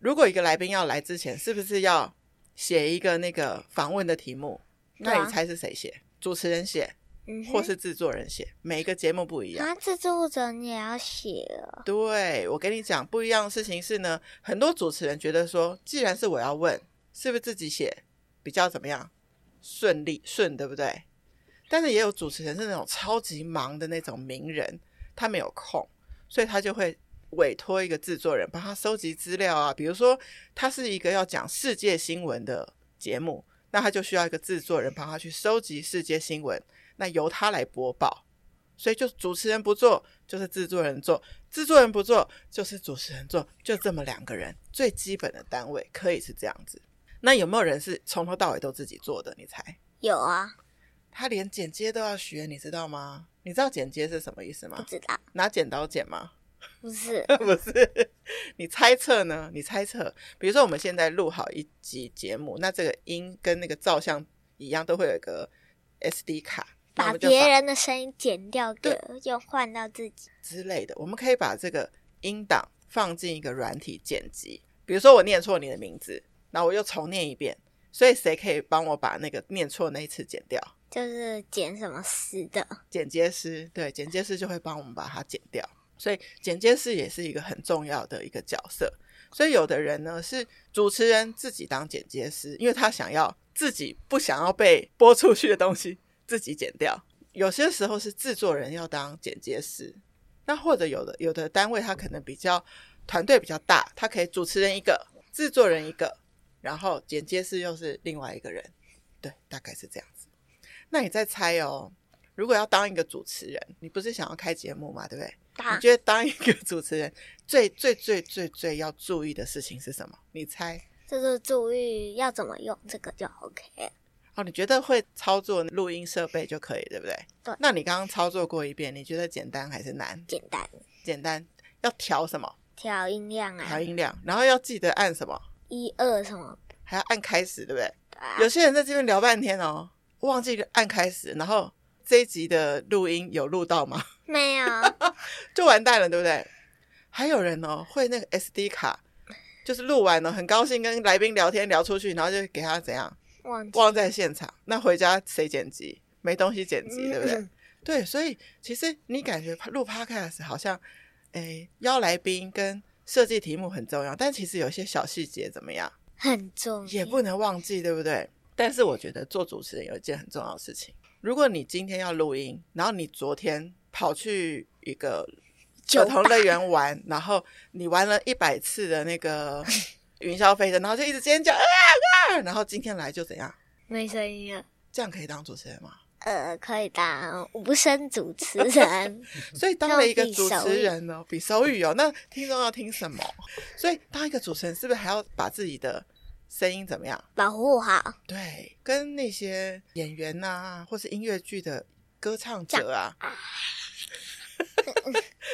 [SPEAKER 1] 如果一个来宾要来之前，是不是要写一个那个访问的题目？
[SPEAKER 3] 对
[SPEAKER 1] 那
[SPEAKER 3] 啊
[SPEAKER 1] 你猜是谁写？主持人写，
[SPEAKER 3] 嗯哼，
[SPEAKER 1] 或是制作人写？每一个节目不一样。
[SPEAKER 3] 啊，自助者你也要写哦，
[SPEAKER 1] 对，我跟你讲，不一样的事情是呢，很多主持人觉得说，既然是我要问，是不是自己写比较怎么样顺利顺，对不对？但是也有主持人是那种超级忙的那种名人，他没有空，所以他就会委托一个制作人帮他收集资料啊。比如说，他是一个要讲世界新闻的节目，那他就需要一个制作人帮他去收集世界新闻，那由他来播报。所以就主持人不做，就是制作人做；制作人不做，就是主持人做，就这么两个人最基本的单位可以是这样子。那有没有人是从头到尾都自己做的？你猜？
[SPEAKER 3] 有啊，
[SPEAKER 1] 他连剪接都要学，你知道吗？你知道剪接是什么意思
[SPEAKER 3] 不
[SPEAKER 1] 吗？
[SPEAKER 3] 知道，
[SPEAKER 1] 拿剪刀剪吗？
[SPEAKER 3] 不是
[SPEAKER 1] 不是，你猜测呢？你猜测，比如说我们现在录好一集节目，那这个音跟那个照相一样，都会有一个 SD 卡， 那我
[SPEAKER 3] 把
[SPEAKER 1] 们就
[SPEAKER 3] 别人的声音剪掉的，又换到自己，
[SPEAKER 1] 之类的，我们可以把这个音档放进一个软体剪辑。比如说我念错你的名字，然后我又重念一遍。所以谁可以帮我把那个念错那一次剪掉？
[SPEAKER 3] 就是剪什么丝的，
[SPEAKER 1] 剪接师，对，剪接师就会帮我们把它剪掉。所以剪接师也是一个很重要的一个角色。所以有的人呢是主持人自己当剪接师，因为他想要自己不想要被播出去的东西自己剪掉。有些时候是制作人要当剪接师，那或者有的有的单位他可能比较团队比较大，他可以主持人一个，制作人一个，然后剪接师又是另外一个人，对，大概是这样子。那你再猜哦，如果要当一个主持人，你不是想要开节目嘛，对不对？
[SPEAKER 3] 大
[SPEAKER 1] 你觉得当一个主持人最最最最最要注意的事情是什么？你猜
[SPEAKER 3] 就是注意要怎么用这个就 OK。
[SPEAKER 1] 哦？你觉得会操作录音设备就可以，对不对？
[SPEAKER 3] 对
[SPEAKER 1] 那你刚刚操作过一遍，你觉得简单还是难？
[SPEAKER 3] 简单，
[SPEAKER 1] 简单，要调什么？
[SPEAKER 3] 调音量啊
[SPEAKER 1] 调，音量，然后要记得按什么，
[SPEAKER 3] 一二什么
[SPEAKER 1] 还要按开始，对不对？
[SPEAKER 3] 的啊
[SPEAKER 1] 有些人在这边聊半天哦，忘记按开始，然后这一集的录音有录到吗？
[SPEAKER 3] 没有，
[SPEAKER 1] 就完蛋了，对不对？还有人哦，会那个 SD 卡，就是录完了，很高兴跟来宾聊天聊出去，然后就给他怎样
[SPEAKER 3] 忘记
[SPEAKER 1] 忘在现场，那回家谁剪辑？没东西剪辑，对不对
[SPEAKER 3] 嗯？
[SPEAKER 1] 对，所以其实你感觉录 Podcast 好像，诶，邀来宾跟设计题目很重要，但其实有一些小细节怎么样？
[SPEAKER 3] 很重
[SPEAKER 1] 也
[SPEAKER 3] 要。
[SPEAKER 1] 不能忘记，对不对？但是我觉得做主持人有一件很重要的事情，如果你今天要录音，然后你昨天跑去一个
[SPEAKER 3] 酒
[SPEAKER 1] 儿
[SPEAKER 3] 吧
[SPEAKER 1] 童乐园玩，然后你玩了一百次的那 个云霄飞车，然后就一直尖叫啊啊，然后今天来就怎样？
[SPEAKER 3] 没声音了。
[SPEAKER 1] 这样可以当主持人吗？
[SPEAKER 3] 呃，可以当无声主 持人，
[SPEAKER 1] 所以当
[SPEAKER 3] 要
[SPEAKER 1] 了一个
[SPEAKER 3] 比
[SPEAKER 1] 主
[SPEAKER 3] 手
[SPEAKER 1] 持
[SPEAKER 3] 语
[SPEAKER 1] 人呢，比手语哦，那听众要听什么？所以当一个主持人是不是还要把自己的声音怎么样？
[SPEAKER 3] 保护好
[SPEAKER 1] 对，跟那些演员呐、或是音乐剧的歌唱者啊，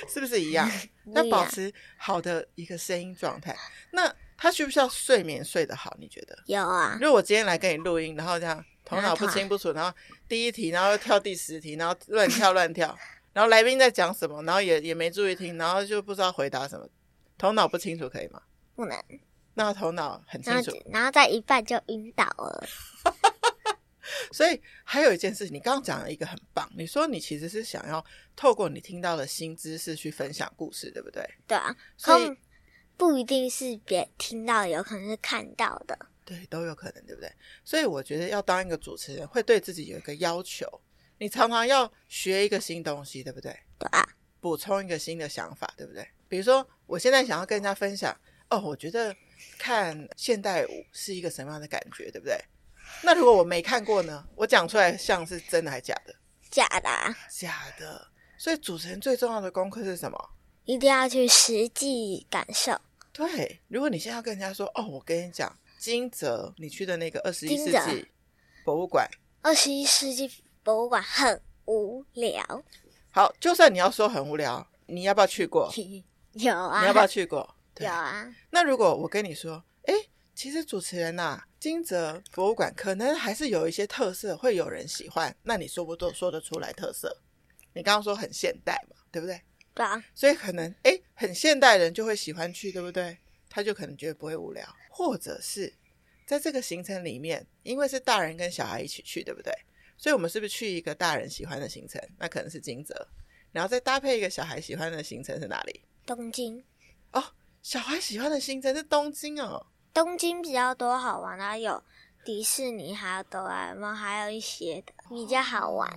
[SPEAKER 1] 是不是 一样？那
[SPEAKER 3] 啊
[SPEAKER 1] 保持好的一个声音状态，那他需不需要睡眠睡得好？你觉得？
[SPEAKER 3] 有啊，
[SPEAKER 1] 如果我今天来跟你录音，然后这样头脑不清不楚，然后第一题，然后又跳第十题，然后乱跳乱跳，然后来宾在讲什么，然后也也没注意听，然后就不知道回答什么，头脑不清楚可以吗？
[SPEAKER 3] 不能，
[SPEAKER 1] 那头脑很
[SPEAKER 3] 然
[SPEAKER 1] 清楚
[SPEAKER 3] 后，然后在一半就晕倒了。
[SPEAKER 1] 所以还有一件事情，你刚刚讲了一个很棒，你说你其实是想要透过你听到的新知识去分享故事，对不对？
[SPEAKER 3] 对啊，
[SPEAKER 1] 所
[SPEAKER 3] 可
[SPEAKER 1] 以
[SPEAKER 3] 不一定是别听到的，有可能是看到的。
[SPEAKER 1] 对，都有可能，对不对？所以我觉得要当一个主持人，会对自己有一个要求，你常常要学一个新东西，对不对？
[SPEAKER 3] 对啊，
[SPEAKER 1] 补充一个新的想法，对不对？比如说，我现在想要跟人家分享，哦，我觉得看现代舞是一个什么样的感觉，对不对？那如果我没看过呢？我讲出来像是真的还假的？
[SPEAKER 3] 假的啊、
[SPEAKER 1] 假的。所以主持人最重要的功课是什么？
[SPEAKER 3] 一定要去实际感受。
[SPEAKER 1] 对，如果你现在要跟人家说，哦，我跟你讲，金泽你去的那个二十一世
[SPEAKER 3] 金泽
[SPEAKER 1] 纪博物馆，
[SPEAKER 3] 二十一世纪博物馆很无聊，
[SPEAKER 1] 好，就算你要说很无聊，你要不要去过？
[SPEAKER 3] 有啊，
[SPEAKER 1] 哦你要不要去过？对
[SPEAKER 3] 有。啊，
[SPEAKER 1] 那如果我跟你说，哎，其实主持人呐、金泽博物馆可能还是有一些特色，会有人喜欢，那你说不都说得出来特色？你刚刚说很现代嘛，对不对？
[SPEAKER 3] 对啊，
[SPEAKER 1] 所以可能诶，很现代人就会喜欢去，对不对？他就可能觉得不会无聊，或者是在这个行程里面，因为是大人跟小孩一起去，对不对？所以我们是不是去一个大人喜欢的行程？那可能是金泽，然后再搭配一个小孩喜欢的行程是哪里？
[SPEAKER 3] 东京，
[SPEAKER 1] 哦，小孩喜欢的行程是东京哦。
[SPEAKER 3] 东京比较多好玩啊，有迪士尼，还有哆啦 A 梦，还有一些的比较好玩，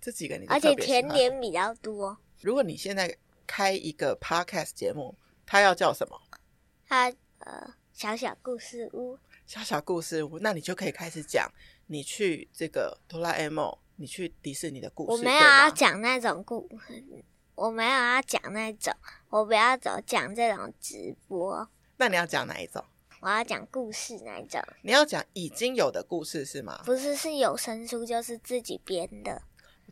[SPEAKER 1] 这几个你都
[SPEAKER 3] 而
[SPEAKER 1] 哦特
[SPEAKER 3] 且
[SPEAKER 1] 别喜欢
[SPEAKER 3] 甜。点比较多。
[SPEAKER 1] 如果你现在开一个 podcast 节目，它要叫什么？
[SPEAKER 3] 它呃，小小故事屋，
[SPEAKER 1] 小小故事屋，那你就可以开始讲你去这个哆啦 A 梦，你去迪士尼的故事。
[SPEAKER 3] 我没有
[SPEAKER 1] 对吗
[SPEAKER 3] 要讲那种故，我没有要讲那种，我不要走讲这种直播，
[SPEAKER 1] 那你要讲哪一种？
[SPEAKER 3] 我要讲故事那一种，
[SPEAKER 1] 你要讲已经有的故事是吗？
[SPEAKER 3] 不是是有声书，就是自己编的。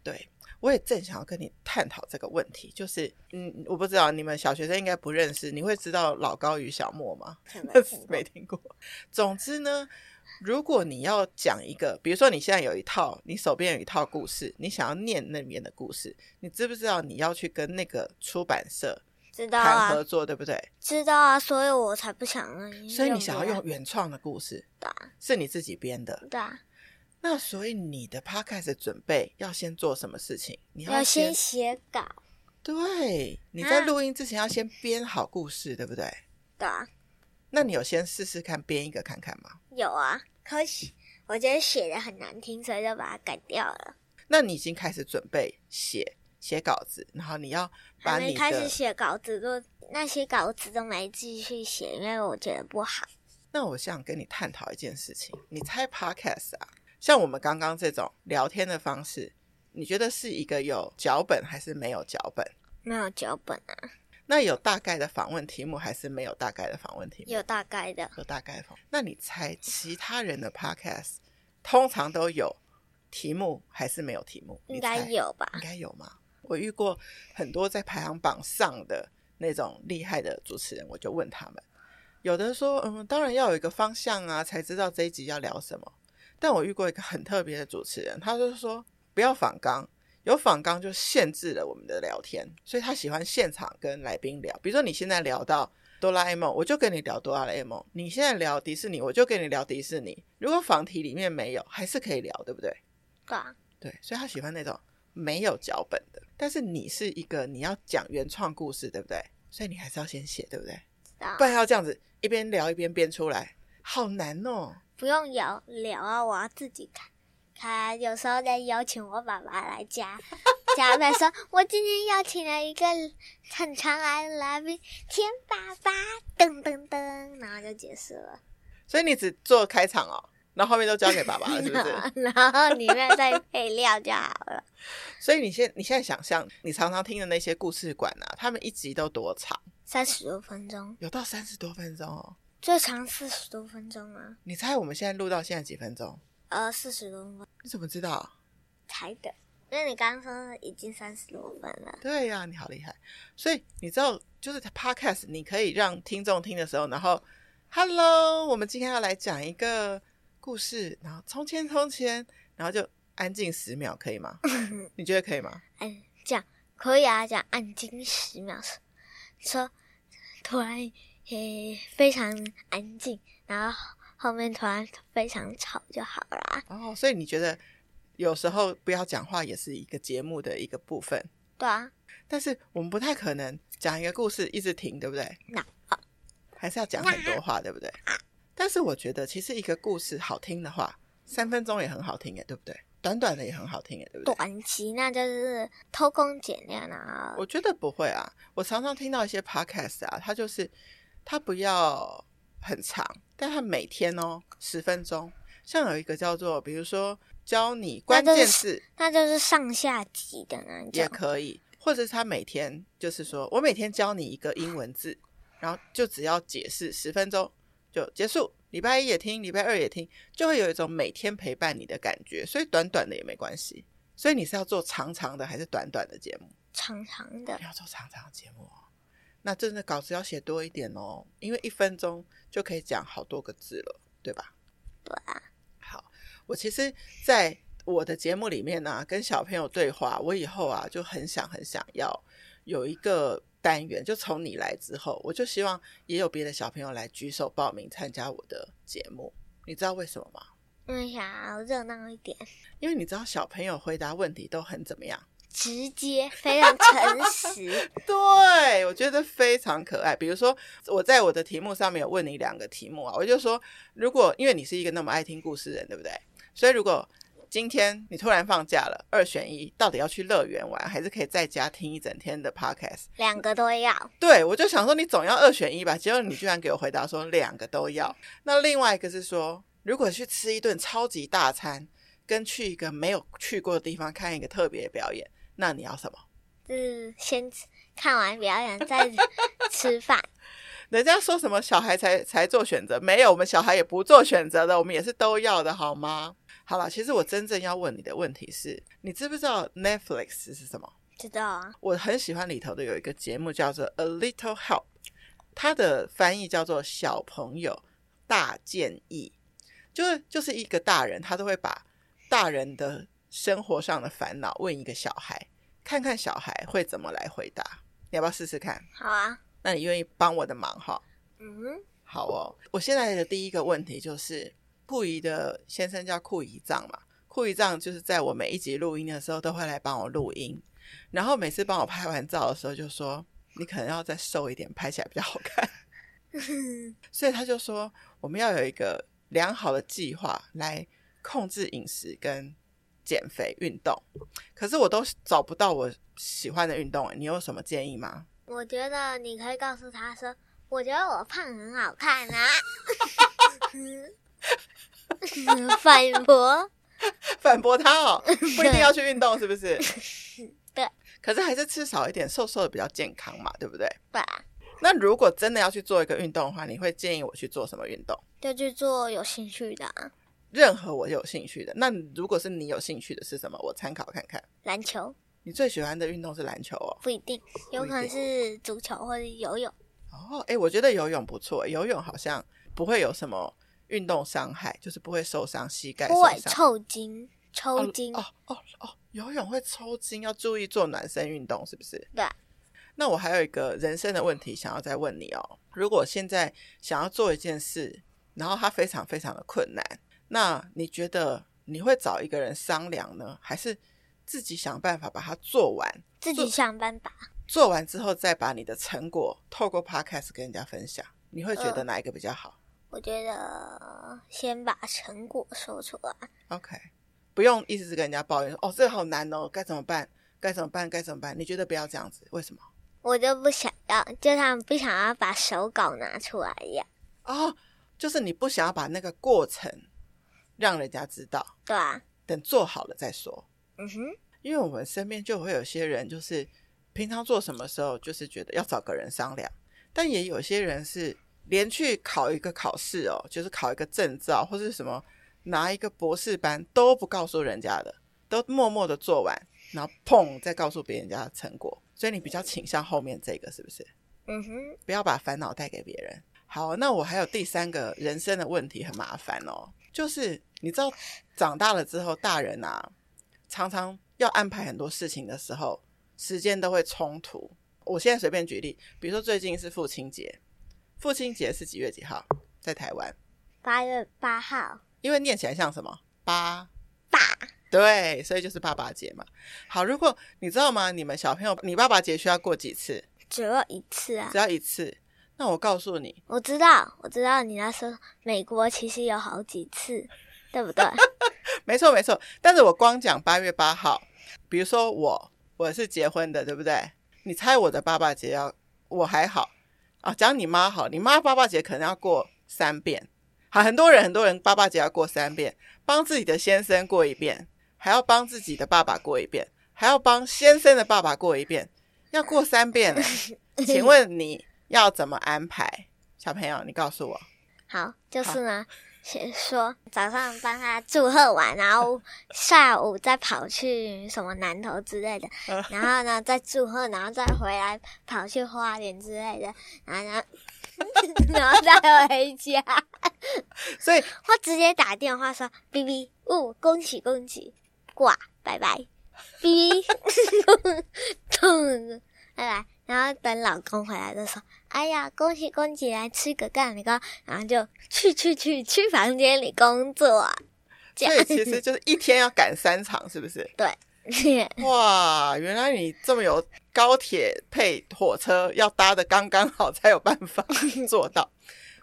[SPEAKER 1] 对，我也正想要跟你探讨这个问题，就是嗯，我不知道你们小学生应该不认识，你会知道老高与小莫吗？
[SPEAKER 3] 可能
[SPEAKER 1] 没听过。总之呢，如果你要讲一个，比如说你现在有一套，你手边有一套故事，你想要念那边的故事，你知不知道你要去跟那个出版社
[SPEAKER 3] 知道
[SPEAKER 1] 谈
[SPEAKER 3] 啊，
[SPEAKER 1] 合作，对不对？
[SPEAKER 3] 知道啊，所以我才不想啊。
[SPEAKER 1] 所以你想要
[SPEAKER 3] 不然
[SPEAKER 1] 用原创的故事，
[SPEAKER 3] 对啊
[SPEAKER 1] 是你自己编的。
[SPEAKER 3] 对啊，
[SPEAKER 1] 那所以你的 podcast 的准备要先做什么事情？你
[SPEAKER 3] 要
[SPEAKER 1] 先
[SPEAKER 3] 先写稿，
[SPEAKER 1] 对，你在
[SPEAKER 3] 啊
[SPEAKER 1] 录音之前要先编好故事，对不对？
[SPEAKER 3] 对啊，
[SPEAKER 1] 那你有先试试看编一个看看吗？
[SPEAKER 3] 有啊。可惜我觉得写的很难听，所以就把它改掉了。
[SPEAKER 1] 那你已经开始准备写写稿子，然后你要把
[SPEAKER 3] 还
[SPEAKER 1] 你
[SPEAKER 3] 没开始
[SPEAKER 1] 的
[SPEAKER 3] 写稿子都，那些稿子都没继续写，因为我觉得不好。
[SPEAKER 1] 那我想跟你探讨一件事情，你猜 podcast 啊，像我们刚刚这种聊天的方式，你觉得是一个有脚本还是没有脚本？
[SPEAKER 3] 没有脚本啊，
[SPEAKER 1] 那有大概的访问题目还是没有大概的访问题目？
[SPEAKER 3] 有大概的，
[SPEAKER 1] 有大概的访问。那你猜其他人的 podcast 通常都有题目还是没有题目？
[SPEAKER 3] 应
[SPEAKER 1] 你猜
[SPEAKER 3] 该，有吧？
[SPEAKER 1] 应该有嘛？我遇过很多在排行榜上的那种厉害的主持人，我就问他们，有的说，嗯，当然要有一个方向啊，才知道这一集要聊什么。但我遇过一个很特别的主持人，他就说不要仿纲，有仿纲就限制了我们的聊天，所以他喜欢现场跟来宾聊。比如说你现在聊到哆啦 A 梦，我就跟你聊哆啦 A 梦；你现在聊迪士尼，我就跟你聊迪士尼。如果仿题里面没有，还是可以聊，对不对？
[SPEAKER 3] 对啊，
[SPEAKER 1] 对，所以他喜欢那种没有脚本的。但是你是一个你要讲原创故事，对不对？所以你还是要先写，对不对？
[SPEAKER 3] 知道
[SPEAKER 1] 不然要这样子一边聊一边编出来，好难哦。
[SPEAKER 3] 不用聊聊啊，我要自己看。看，有时候再邀请我爸爸来家， 家爸说：“我今天邀请了一个很常来的来宾，田爸爸。”噔噔噔，然后就结束了。
[SPEAKER 1] 所以你只做开场哦，然后后面都交给爸爸了，是不 是？
[SPEAKER 3] 然后里面再配料就好了。
[SPEAKER 1] 所以你现你现在想象，你常常听的那些故事馆啊，他们一集都多长？
[SPEAKER 3] 三十多分钟，
[SPEAKER 1] 有到三十多分钟哦。
[SPEAKER 3] 最长四十多分钟啊，
[SPEAKER 1] 你猜我们现在录到现在几分钟？
[SPEAKER 3] 呃，四十多分钟
[SPEAKER 1] 你怎么知道？
[SPEAKER 3] 才的。因为你刚刚说已经三十多分了，
[SPEAKER 1] 对呀、你好厉害！所以你知道，就是 podcast，你可以让听众听的时候，然后，Hello，我们今天要来讲一个故事，然后从前从前，然后就安静十秒，可以吗？你觉得可以吗？
[SPEAKER 3] 哎，这样可以啊，这样安静十秒，说突然嘿非常安静，然后后面突然非常吵就好啦。
[SPEAKER 1] 哦，所以你觉得有时候不要讲话也是一个节目的一个部分，
[SPEAKER 3] 对啊，
[SPEAKER 1] 但是我们不太可能讲一个故事一直停，对不对？
[SPEAKER 3] 那
[SPEAKER 1] 还是要讲很多话，对不对？但是我觉得，其实一个故事好听的话，三分钟也很好听耶，对不对？短短的也很好听耶，对不对？
[SPEAKER 3] 短期那就是偷工减料，然后
[SPEAKER 1] 我觉得不会啊，我常常听到一些 podcast 啊，它就是它不要很长，但它每天哦十分钟，像有一个叫做，比如说教你关
[SPEAKER 3] 那就
[SPEAKER 1] 键
[SPEAKER 3] 是
[SPEAKER 1] 字
[SPEAKER 3] 那就是上下级的那种。
[SPEAKER 1] 也可以，或者是他每天就是说我每天教你一个英文字，然后就只要解释十分钟就结束。礼拜一也听，礼拜二也听，就会有一种每天陪伴你的感觉，所以短短的也没关系。所以你是要做长长的还是短短的节目？
[SPEAKER 3] 长长的
[SPEAKER 1] 你，要做长长的节目哦，那真的稿子要写多一点哦，因为一分钟就可以讲好多个字了，对吧？
[SPEAKER 3] 对啊，
[SPEAKER 1] 好，我其实在我的节目里面呢、跟小朋友对话，我以后啊就很想很想要有一个单元，就从你来之后，我就希望也有别的小朋友来举手报名参加我的节目，你知道为什么吗？
[SPEAKER 3] 因为想要热闹一点，
[SPEAKER 1] 因为你知道小朋友回答问题都很怎么样？
[SPEAKER 3] 直接非常诚实。
[SPEAKER 1] 对，我觉得非常可爱。比如说，我在我的题目上面有问你两个题目啊，我就说，如果因为你是一个那么爱听故事的人，对不对？所以如果今天你突然放假了，二选一，到底要去乐园玩，还是可以在家听一整天的 podcast？
[SPEAKER 3] 两个都要，
[SPEAKER 1] 对，我就想说你总要二选一吧，结果你居然给我回答说两个都要。那另外一个是说，如果去吃一顿超级大餐，跟去一个没有去过的地方看一个特别的表演，那你要什么？
[SPEAKER 3] 就是先吃看完表演再吃饭。
[SPEAKER 1] 人家说什么小孩才才做选择，没有，我们小孩也不做选择的，我们也是都要的，好吗？好了，其实我真正要问你的问题是，你知不知道 Netflix 是什么？
[SPEAKER 3] 知道啊？
[SPEAKER 1] 我很喜欢里头的有一个节目叫做《A Little Help》，它的翻译叫做“小朋友大建议”，就是就是一个大人，他都会把大人的生活上的烦恼问一个小孩，看看小孩会怎么来回答。你要不要试试看？
[SPEAKER 3] 好啊，
[SPEAKER 1] 那你愿意帮我的忙哈？
[SPEAKER 3] 嗯，
[SPEAKER 1] 好哦，我现在的第一个问题就是，库仪的先生叫库仪藏嘛，库仪藏就是在我每一集录音的时候都会来帮我录音，然后每次帮我拍完照的时候就说，你可能要再瘦一点，拍起来比较好看。所以他就说，我们要有一个良好的计划来控制饮食跟减肥运动。可是我都找不到我喜欢的运动，欸你有什么建议吗？
[SPEAKER 3] 我觉得你可以告诉他说，我觉得我胖很好看啊， 反驳，
[SPEAKER 1] 反驳他哦，不一定要去运动，是不是？
[SPEAKER 3] 对。
[SPEAKER 1] 可是还是吃少一点，瘦瘦的比较健康嘛，对不对？
[SPEAKER 3] 吧，
[SPEAKER 1] 那如果真的要去做一个运动的话，你会建议我去做什么运动？
[SPEAKER 3] 就去做有兴趣的啊、
[SPEAKER 1] 任何我有兴趣的。那如果是你有兴趣的是什么？我参考看看。
[SPEAKER 3] 篮球
[SPEAKER 1] 你最喜欢的运动是篮球哦。
[SPEAKER 3] 不一定，有可能是足球或者游泳。
[SPEAKER 1] 哦，哎，我觉得游泳不错，游泳好像不会有什么运动伤害，就是不会受伤，膝盖
[SPEAKER 3] 不
[SPEAKER 1] 受
[SPEAKER 3] 会
[SPEAKER 1] 伤。
[SPEAKER 3] 抽筋，抽筋，
[SPEAKER 1] 哦哦哦，游泳会抽筋，要注意做暖身运动，是不是？
[SPEAKER 3] 对。
[SPEAKER 1] 那我还有一个人生的问题想要再问你哦。如果现在想要做一件事，然后它非常非常的困难，那你觉得你会找一个人商量呢，还是自己想办法把它做完？
[SPEAKER 3] 自己想办法。
[SPEAKER 1] 做完之后再把你的成果透过 podcast 跟人家分享？你会
[SPEAKER 3] 嗯
[SPEAKER 1] 觉得哪一个比较好、
[SPEAKER 3] 我觉得先把成果说出来，
[SPEAKER 1] o k 不用一直跟人家抱怨说哦，这个好难哦，该怎么办？该怎么办？该怎么办？你觉得不要这样子，为什么？
[SPEAKER 3] 我就不想要，就他们不想要把手稿拿出来一样，
[SPEAKER 1] 哦，就是你不想要把那个过程让人家知道，
[SPEAKER 3] 对啊，
[SPEAKER 1] 等做好了再说。
[SPEAKER 3] 嗯哼，
[SPEAKER 1] 因为我们身边就会有些人，就是平常做什么时候，就是觉得要找个人商量，但也有些人是连去考一个考试哦，就是考一个证照或是什么拿一个博士班都不告诉人家的，都默默的做完，然后砰再告诉别人家的成果。所以你比较倾向后面这个是不是？
[SPEAKER 3] 嗯哼，
[SPEAKER 1] 不要把烦恼带给别人。好，那我还有第三个人生的问题很麻烦哦，就是你知道长大了之后，大人啊常常要安排很多事情的时候，时间都会冲突。我现在随便举例，比如说最近是父亲节，父亲节是几月几号？在台湾，
[SPEAKER 3] 八月八号，
[SPEAKER 1] 因为念起来像什么八
[SPEAKER 3] 爸，
[SPEAKER 1] 对，所以就是爸爸节嘛。好，如果你知道吗？你们小朋友，你爸爸节需要过几次？
[SPEAKER 3] 只有一次啊
[SPEAKER 1] 只。要一次。那我告诉你，
[SPEAKER 3] 我知道，我知道你那时候美国其实有好几次，对不对？
[SPEAKER 1] 没错没错，但是我光讲八月八号，比如说我我是结婚的，对不对？你猜我的爸爸节要我还好啊，讲你妈好，你妈爸爸节可能要过三遍，好，很多人很多人爸爸节要过三遍，帮自己的先生过一遍，还要帮自己的爸爸过一遍，还要帮先生的爸爸过一遍，要过三遍 了。请问你要怎么安排？小朋友，你告诉我。
[SPEAKER 3] 好，就是呢，先说早上帮他祝贺完，然后下午再跑去什么南投之类的
[SPEAKER 1] 嗯，
[SPEAKER 3] 然后呢再祝贺，然后再回来跑去花莲之类的，然后呢 然后再回家，
[SPEAKER 1] 所以
[SPEAKER 3] 或直接打电话说 “B B”，哦，恭喜恭喜，挂，拜拜，B B，痛，拜拜。然后等老公回来就说：“哎呀，恭喜恭喜，来吃个蛋糕。”然后就去去去去房间里工作。 这
[SPEAKER 1] 所
[SPEAKER 3] 样
[SPEAKER 1] 以其实就是一天要赶三场，是不是？哇，原来你这么有高铁配火车要搭的刚刚好，才有办法做到。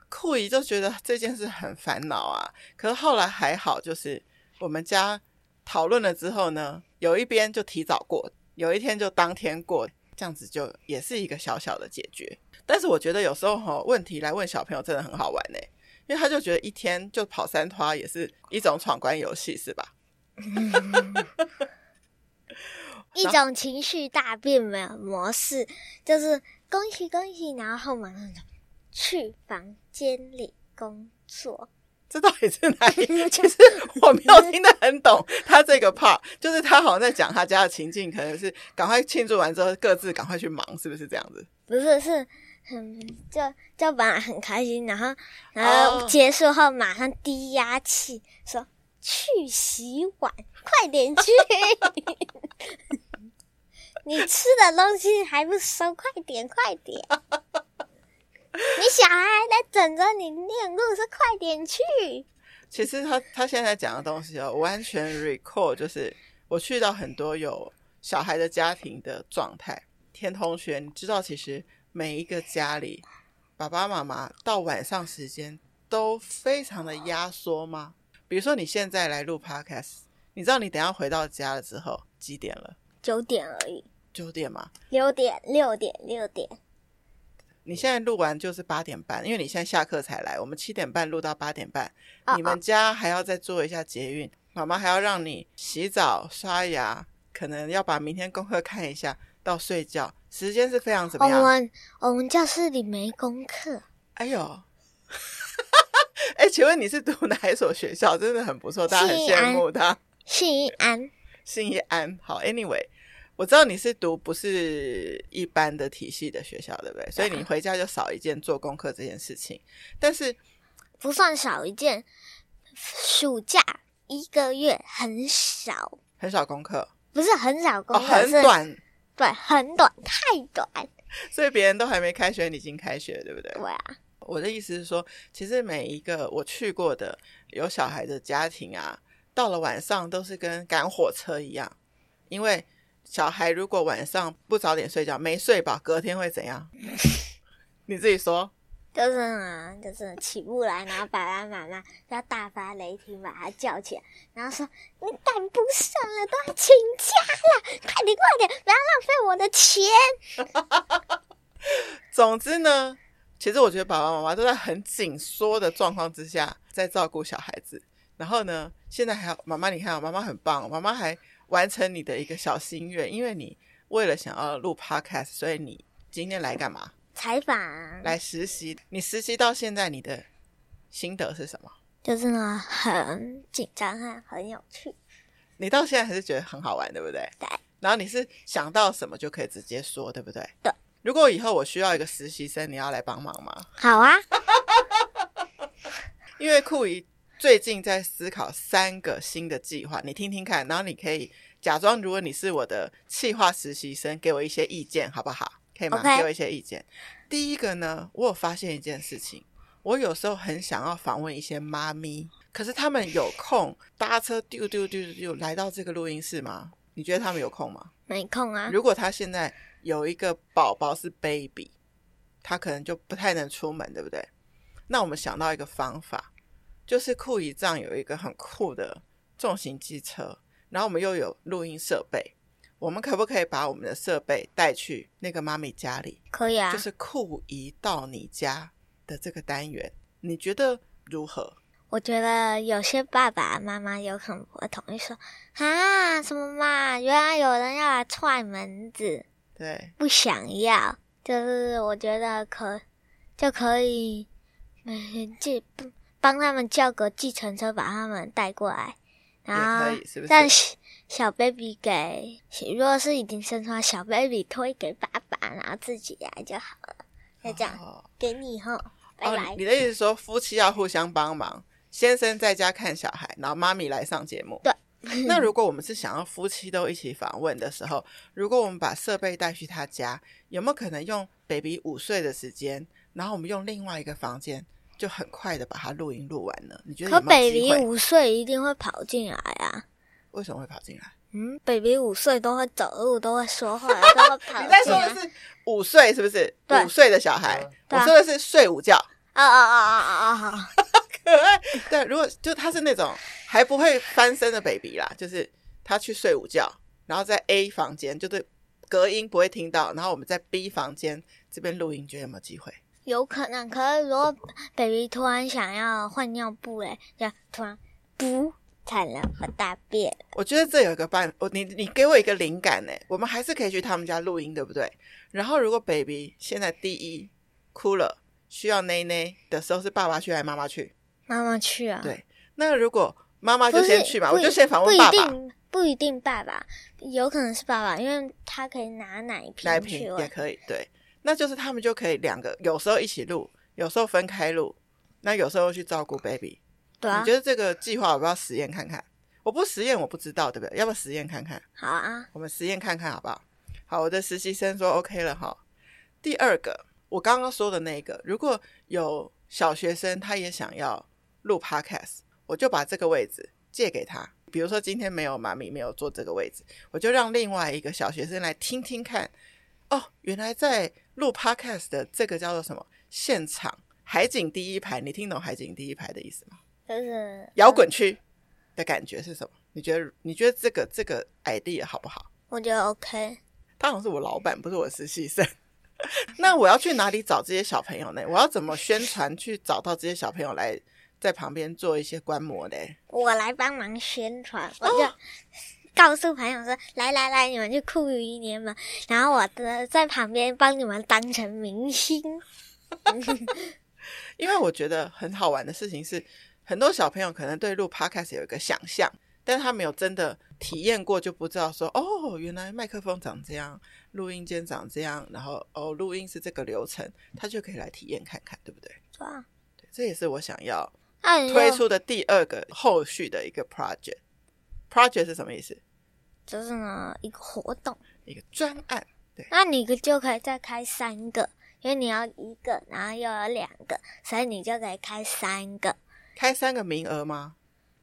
[SPEAKER 1] 库姨就觉得这件事很烦恼啊，可是后来还好，就是我们家讨论了之后呢，有一边就提早过，有一天就当天过，这样子就也是一个小小的解决。但是我觉得有时候哈、问题来问小朋友真的很好玩呢、因为他就觉得一天就跑三趟也是一种闯关游戏，是吧？
[SPEAKER 3] 一种情绪大变模模式，就是恭喜恭喜，然后后面那种去房间里工作。
[SPEAKER 1] 这到底是哪里？其实我没有听得很懂 他这个 part，就是他好像在讲他家的情境，可能是赶快庆祝完之后各自赶快去忙，是不是这样子？
[SPEAKER 3] 不是，是很就就本来很开心，然后然后
[SPEAKER 1] 哦
[SPEAKER 3] 结束后马上低压气说去洗碗，快点去， 你吃的东西还不收，快点，快点！你小孩还在等着你念故事，快点去！
[SPEAKER 1] 其实他他现在讲的东西哦，完全 recall 就是我去到很多有小孩的家庭的状态。田同学，你知道，其实每一个家里爸爸妈妈到晚上时间都非常的压缩吗？比如说你现在来录 podcast，你知道你等一下回到家了之后几点了？
[SPEAKER 3] 九点而已，
[SPEAKER 1] 九点嘛。
[SPEAKER 3] 六点，六点，六点，
[SPEAKER 1] 你现在录完就是八点半，因为你现在下课才来，我们七点半录到八点半，
[SPEAKER 3] 哦
[SPEAKER 1] 你们家还要再做一下捷运，妈妈还要让你洗澡、刷牙，可能要把明天功课看一下，到睡觉，时间是非常怎
[SPEAKER 3] 我
[SPEAKER 1] 么样？
[SPEAKER 3] 们我们教室里没功课，
[SPEAKER 1] 哎呦， 哎，请问你是读哪一所学校？真的很不错，大家很
[SPEAKER 3] 信
[SPEAKER 1] 羡
[SPEAKER 3] 安
[SPEAKER 1] 慕他。
[SPEAKER 3] 信安
[SPEAKER 1] 信义安，好，anyway，我知道你是读不是一般的体系的学校，对不对？所以你回家就少一件做功课这件事情，但是。
[SPEAKER 3] 不算少一件，暑假一个月很少，
[SPEAKER 1] 很少功课，
[SPEAKER 3] 不是很少功
[SPEAKER 1] 哦，
[SPEAKER 3] 课，
[SPEAKER 1] 很
[SPEAKER 3] 是，
[SPEAKER 1] 短，
[SPEAKER 3] 对，很短，太短，
[SPEAKER 1] 所以别人都还没开学，你已经开学了，对不对？
[SPEAKER 3] 对啊，
[SPEAKER 1] 我的意思是说，其实每一个我去过的有小孩的家庭啊，到了晚上都是跟赶火车一样，因为小孩如果晚上不早点睡觉，没睡饱，隔天会怎 样？你自己说，
[SPEAKER 3] 就是啊，就是起不来，然后爸爸妈妈要大发雷霆把他叫起来，然后说你赶不上了，都要请假了，快点快点，不要浪费我的钱。
[SPEAKER 1] 总之呢，其实我觉得爸爸妈妈都在很紧缩的状况之下在照顾小孩子。然后呢，现在还有妈妈，你看、哦，妈妈很棒哦，妈妈还完成你的一个小心愿，因为你为了想要录 podcast，所以你今天来干嘛？
[SPEAKER 3] 采访，
[SPEAKER 1] 来实习。你实习到现在，你的心得是什么？
[SPEAKER 3] 就是呢很紧张啊，很有趣。
[SPEAKER 1] 你到现在还是觉得很好玩，对不对？
[SPEAKER 3] 对。
[SPEAKER 1] 然后你是想到什么就可以直接说，对不对？
[SPEAKER 3] 对。
[SPEAKER 1] 如果以后我需要一个实习生，你要来帮忙吗？
[SPEAKER 3] 好啊，
[SPEAKER 1] 因为酷姨最近在思考三个新的计划，你听听看，然后你可以假装，如果你是我的企划实习生，给我一些意见，好不好？可以吗
[SPEAKER 3] OK
[SPEAKER 1] 给我一些意见。第一个呢，我有发现一件事情，我有时候很想要访问一些妈咪，可是他们有空搭车丢丢丢丢丢来到这个录音室吗？你觉得他们有空吗？
[SPEAKER 3] 没空啊，
[SPEAKER 1] 如果他现在有一个宝宝是 baby，他可能就不太能出门，对不对？那我们想到一个方法，就是酷姨丈有一个很酷的重型机车，然后我们又有录音设备，我们可不可以把我们的设备带去那个妈咪家里？
[SPEAKER 3] 可以啊，
[SPEAKER 1] 就是酷姨到你家的这个单元，你觉得如何？
[SPEAKER 3] 我觉得有些爸爸妈妈有可能不会同意说，啊，什么嘛，原来有人要来踹门子，
[SPEAKER 1] 对，
[SPEAKER 3] 不想要，就是我觉得可就可以，嗯，记帮他们叫个计程车把他们带过来，然后
[SPEAKER 1] 也可以是不是
[SPEAKER 3] 让小小 baby 给，如果是已经生出来小 baby 推给爸爸，然后自己来就好了，就这样、
[SPEAKER 1] 哦
[SPEAKER 3] 给你吼，拜
[SPEAKER 1] 哦
[SPEAKER 3] 拜。
[SPEAKER 1] 你的意思是说夫妻要互相帮忙，先生在家看小孩，然后妈咪来上节目。
[SPEAKER 3] 对。嗯
[SPEAKER 1] 那如果我们是想要夫妻都一起访问的时候，如果我们把设备带去他家，有没有可能用 baby 五岁的时间，然后我们用另外一个房间，就很快的把它录音录完呢？你觉得
[SPEAKER 3] 可
[SPEAKER 1] 有没有机
[SPEAKER 3] baby
[SPEAKER 1] 会？
[SPEAKER 3] 五岁一定会跑进来啊！
[SPEAKER 1] 为什么会跑进来？
[SPEAKER 3] 嗯，baby 五岁都会走路，都会说话，都 会跑
[SPEAKER 1] 你在
[SPEAKER 3] 进
[SPEAKER 1] 说
[SPEAKER 3] 来
[SPEAKER 1] 的。是五岁是不是？
[SPEAKER 3] 对
[SPEAKER 1] 五岁的小孩，
[SPEAKER 3] 啊对啊
[SPEAKER 1] 我说的是睡午觉。
[SPEAKER 3] 哦哦哦哦哦哦！
[SPEAKER 1] 可爱。对，如果就他是那种还不会翻身的 baby 啦，就是他去睡午觉，然后在 A 房间，就是隔音不会听到，然后我们在 B 房间这边录音，觉得有没有机会？
[SPEAKER 3] 有可能，可是如果 baby 突然想要换尿布嘞，就突然不惨了，我大便。
[SPEAKER 1] 我觉得这有一个办，我你你给我一个灵感呢、我们还是可以去他们家录音，对不对？然后如果 baby 现在第一哭了，需要奶奶的时候，是爸爸去还是妈妈去？
[SPEAKER 3] 妈妈去啊，
[SPEAKER 1] 对，那如果妈妈
[SPEAKER 3] 不
[SPEAKER 1] 就是先去嘛，
[SPEAKER 3] 不
[SPEAKER 1] 我
[SPEAKER 3] 一
[SPEAKER 1] 就先访问爸
[SPEAKER 3] 不一
[SPEAKER 1] 爸，
[SPEAKER 3] 定，不一定爸爸，有可能是爸爸，因为他可以拿奶瓶
[SPEAKER 1] 奶
[SPEAKER 3] 去
[SPEAKER 1] 瓶也
[SPEAKER 3] 喂。
[SPEAKER 1] 可以，对，那就是他们就可以两个，有时候一起录，有时候分开录，那有时候去照顾 baby。
[SPEAKER 3] 对啊
[SPEAKER 1] 你觉，得这个计划我不要实验看看？我不实验我不知道，对不对？要不要实验看看？
[SPEAKER 3] 好啊，
[SPEAKER 1] 我们实验看看好不好？好，我的实习生说 OK 了哈。第二个，我刚刚说的那个，如果有小学生他也想要录 Podcast，我就把这个位置借给他。比如说今天没有妈咪没有坐这个位置，我就让另外一个小学生来听听看。哦，原来在录 Podcast 的这个叫做什么？现场海景第一排，你听懂海景第一排的意思吗？
[SPEAKER 3] 就是
[SPEAKER 1] 摇滚区的感觉是什么？你觉得你觉得这个这个 idea 好不好？
[SPEAKER 3] 我觉得 OK，
[SPEAKER 1] 他好像是我老板，不是我实习生。 那我要去哪里找这些小朋友呢？我要怎么宣传去找到这些小朋友来在旁边做一些观摩呢？
[SPEAKER 3] 我来帮忙宣传，我就。告诉朋友说：“来来来，你们去酷娱联盟，然后我的在旁边帮你们当成明星。
[SPEAKER 1] 因为我觉得很好玩的事情是，很多小朋友可能对录 podcast 有一个想象，但他没有真的体验过，就不知道说哦，原来麦克风长这样，录音间长这样，然后哦，录音是这个流程，他就可以来体验看看，对不对？”
[SPEAKER 3] 对啊，
[SPEAKER 1] 对，这也是我想要
[SPEAKER 3] 那你就
[SPEAKER 1] 推出的第二个后续的一个 project。project 是什么意思？
[SPEAKER 3] 就是呢一个活动，
[SPEAKER 1] 一个专案。
[SPEAKER 3] 那你就可以再开三个，因为你要一个，然后又有两个，所以你就可以开三个。
[SPEAKER 1] 开三个名额吗？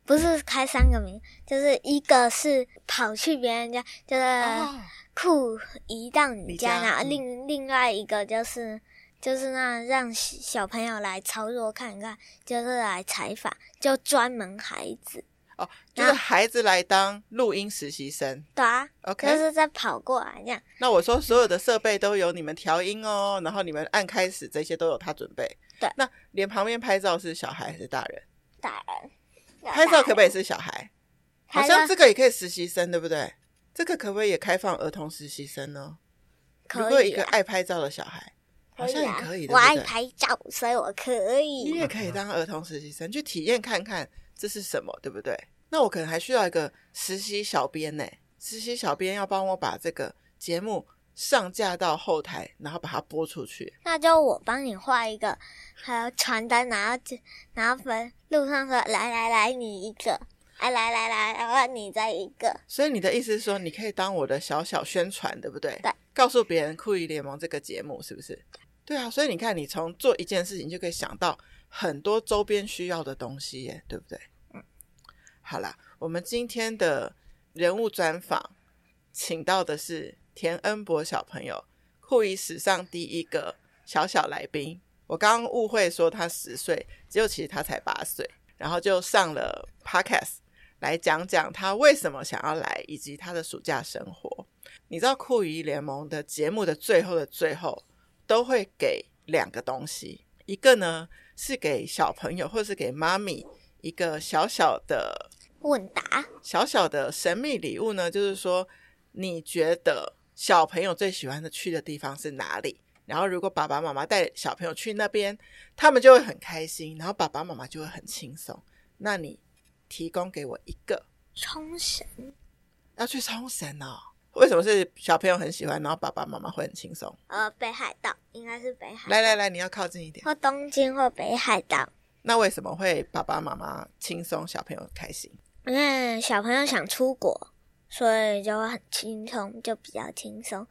[SPEAKER 3] 不是开三个名，就是一个是跑去别人家，就是
[SPEAKER 1] 哦，
[SPEAKER 3] 酷移到你家，
[SPEAKER 1] 你家
[SPEAKER 3] 然后
[SPEAKER 1] 嗯
[SPEAKER 3] 另另外一个就是就是那让小小朋友来操作看看，就是来采访，就专门孩子，
[SPEAKER 1] 哦，就是孩子来当录音实习生。
[SPEAKER 3] 对啊，就
[SPEAKER 1] OK，
[SPEAKER 3] 是在跑过来这样，
[SPEAKER 1] 那我说所有的设备都由你们调音哦，然后你们按开始这些都有他准备。
[SPEAKER 3] 对
[SPEAKER 1] 那连旁边拍照是小孩还是大人？
[SPEAKER 3] 打人，
[SPEAKER 1] 拍照可不可以是小孩？好
[SPEAKER 3] 拍照
[SPEAKER 1] 像这个也可以实习生，对不对？这个可不可以也开放儿童实习生呢？如果
[SPEAKER 3] 可
[SPEAKER 1] 一
[SPEAKER 3] 以
[SPEAKER 1] 个
[SPEAKER 3] 啊，
[SPEAKER 1] 爱拍照的小孩，好像也
[SPEAKER 3] 啊
[SPEAKER 1] 可以，
[SPEAKER 3] 我爱
[SPEAKER 1] 对不对？
[SPEAKER 3] 拍照，所以我可
[SPEAKER 1] 你
[SPEAKER 3] 以。
[SPEAKER 1] 也可以当儿童实习生，去体验看看这是什么，对不对？那我可能还需要一个实习小编呢、实习小编要帮我把这个节目上架到后台，然后把它播出去。
[SPEAKER 3] 那就我帮你画一个，还有传单，然后就然后分路上说来来来，你一个，哎来来来，然后你再一个，
[SPEAKER 1] 所以你的意思是说，你可以当我的小小宣传，对不对？
[SPEAKER 3] 对，
[SPEAKER 1] 告诉别人酷艺联盟这个节目是不是？对啊，所以你看，你从做一件事情就可以想到很多周边需要的东西耶，对不对？好啦，我们今天的人物专访，请到的是田恩博小朋友，酷艺史上第一个小小来宾。我刚刚误会说他十岁，结果其实他才八岁，然后就上了 podcast 来讲讲他为什么想要来，以及他的暑假生活。你知道酷鱼联盟的节目的最后的最后都会给两个东西，一个呢是给小朋友或是给妈咪一个小小的
[SPEAKER 3] 问答，
[SPEAKER 1] 小小的神秘礼物呢，就是说你觉得小朋友最喜欢的去的地方是哪里？然后如果爸爸妈妈带小朋友去那边，他们就会很开心，然后爸爸妈妈就会很轻松。那你提供给我一个
[SPEAKER 3] 冲绳
[SPEAKER 1] 要去冲绳哦？为什么是小朋友很喜欢，然后爸爸妈妈会很轻松？
[SPEAKER 3] 呃北海道应该是北海道
[SPEAKER 1] 来来来，你要靠近一点。
[SPEAKER 3] 或东京或北海道，
[SPEAKER 1] 那为什么会爸爸妈妈轻松，小朋友开心？
[SPEAKER 3] 因为小朋友想出国，所以就会很轻松，就比较轻松。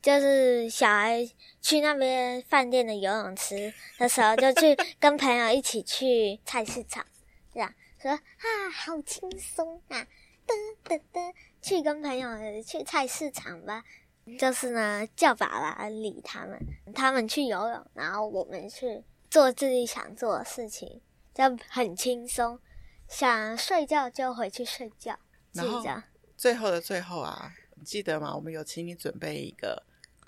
[SPEAKER 3] 就是小孩去那边饭店的游泳池的时候，就去跟朋友一起去菜市场，这样说啊，好轻松啊！噔噔噔，去跟朋友去菜市场吧。就是呢，叫爸爸理他们，他们去游泳，然后我们去做自己想做的事情，这样很轻松。想睡觉就回去睡觉，
[SPEAKER 1] 然后
[SPEAKER 3] 记着
[SPEAKER 1] 最后的最后啊，你记得吗？我们有请你准备一个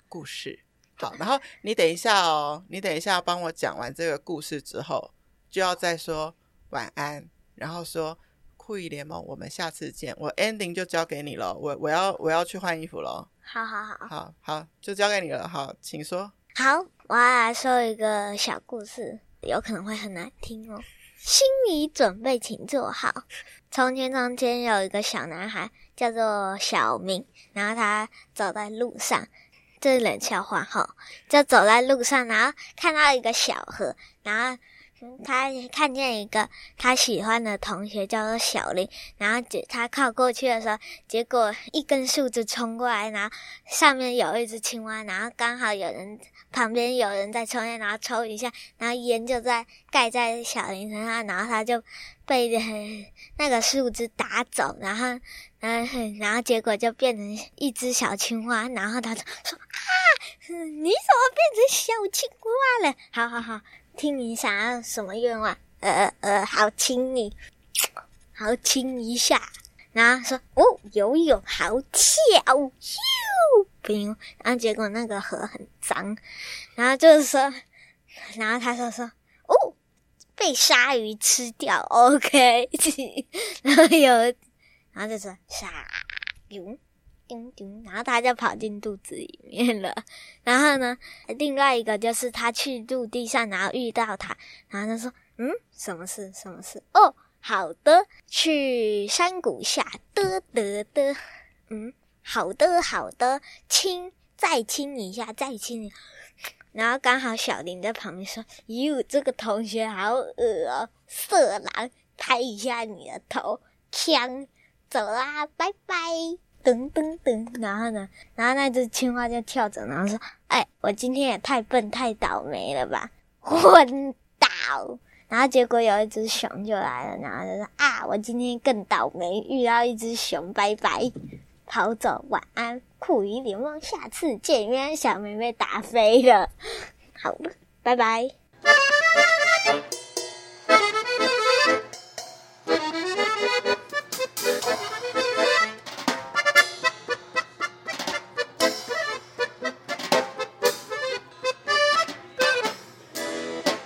[SPEAKER 1] 故事。好，然后你等一下哦，你等一下帮我讲完这个故事之后，就要再说晚安，然后说酷艺联盟，我们下次见。我 ending 就交给你了，我我要我要去换衣服了。
[SPEAKER 3] 好好嗯好。
[SPEAKER 1] 好好，就交给你了。好，请说。
[SPEAKER 3] 好，我要来说一个小故事，有可能会很难听哦。心理准备，请做好。从前，从前有一个小男孩叫做小明，然后他走在路上，这是冷笑话哈、就走在路上，然后看到一个小河，然后他看见一个他喜欢的同学叫做小林，然后结他靠过去的时候，结果一根树枝冲过来，然后上面有一只青蛙，然后刚好有人旁边有人在抽烟，然后抽一下，然后烟就在盖在小林身上，然后他就被那个树枝打走，然后。然后，啊然后结果就变成一只小青蛙，然后他就说：“啊，你怎么变成小青蛙了？”好好好，听你想要什么愿望？呃呃，好亲你，好亲一下。然后说：“哦，游泳好翘，哟，不用。”然后结果那个河很脏，然后就是说，然后他说说：“哦，被鲨鱼吃掉，OK。” 然后有。然后就说傻丢丢丢，然后它就跑进肚子里面了。然后呢，另外一个就是他去陆地上，然后遇到他，然后他说：“嗯，什么事？什么事？哦，好的，去山谷下的的的，嗯，好的好的，亲，再亲一下，再亲一下。”然后刚好小林在旁边说：“哟，这个同学好恶哦，色狼，拍一下你的头，枪。”走啦，拜拜，噔噔噔。然后呢，然后那只青蛙就跳走，然后说：“哎，我今天也太笨太倒霉了吧， 昏倒。”然后结果有一只熊就来了，然后就说：“啊，我今天更倒霉，遇到一只熊，拜拜，跑走，晚安，苦于联望，下次见。”因为小梅被打飞了。好了，拜拜。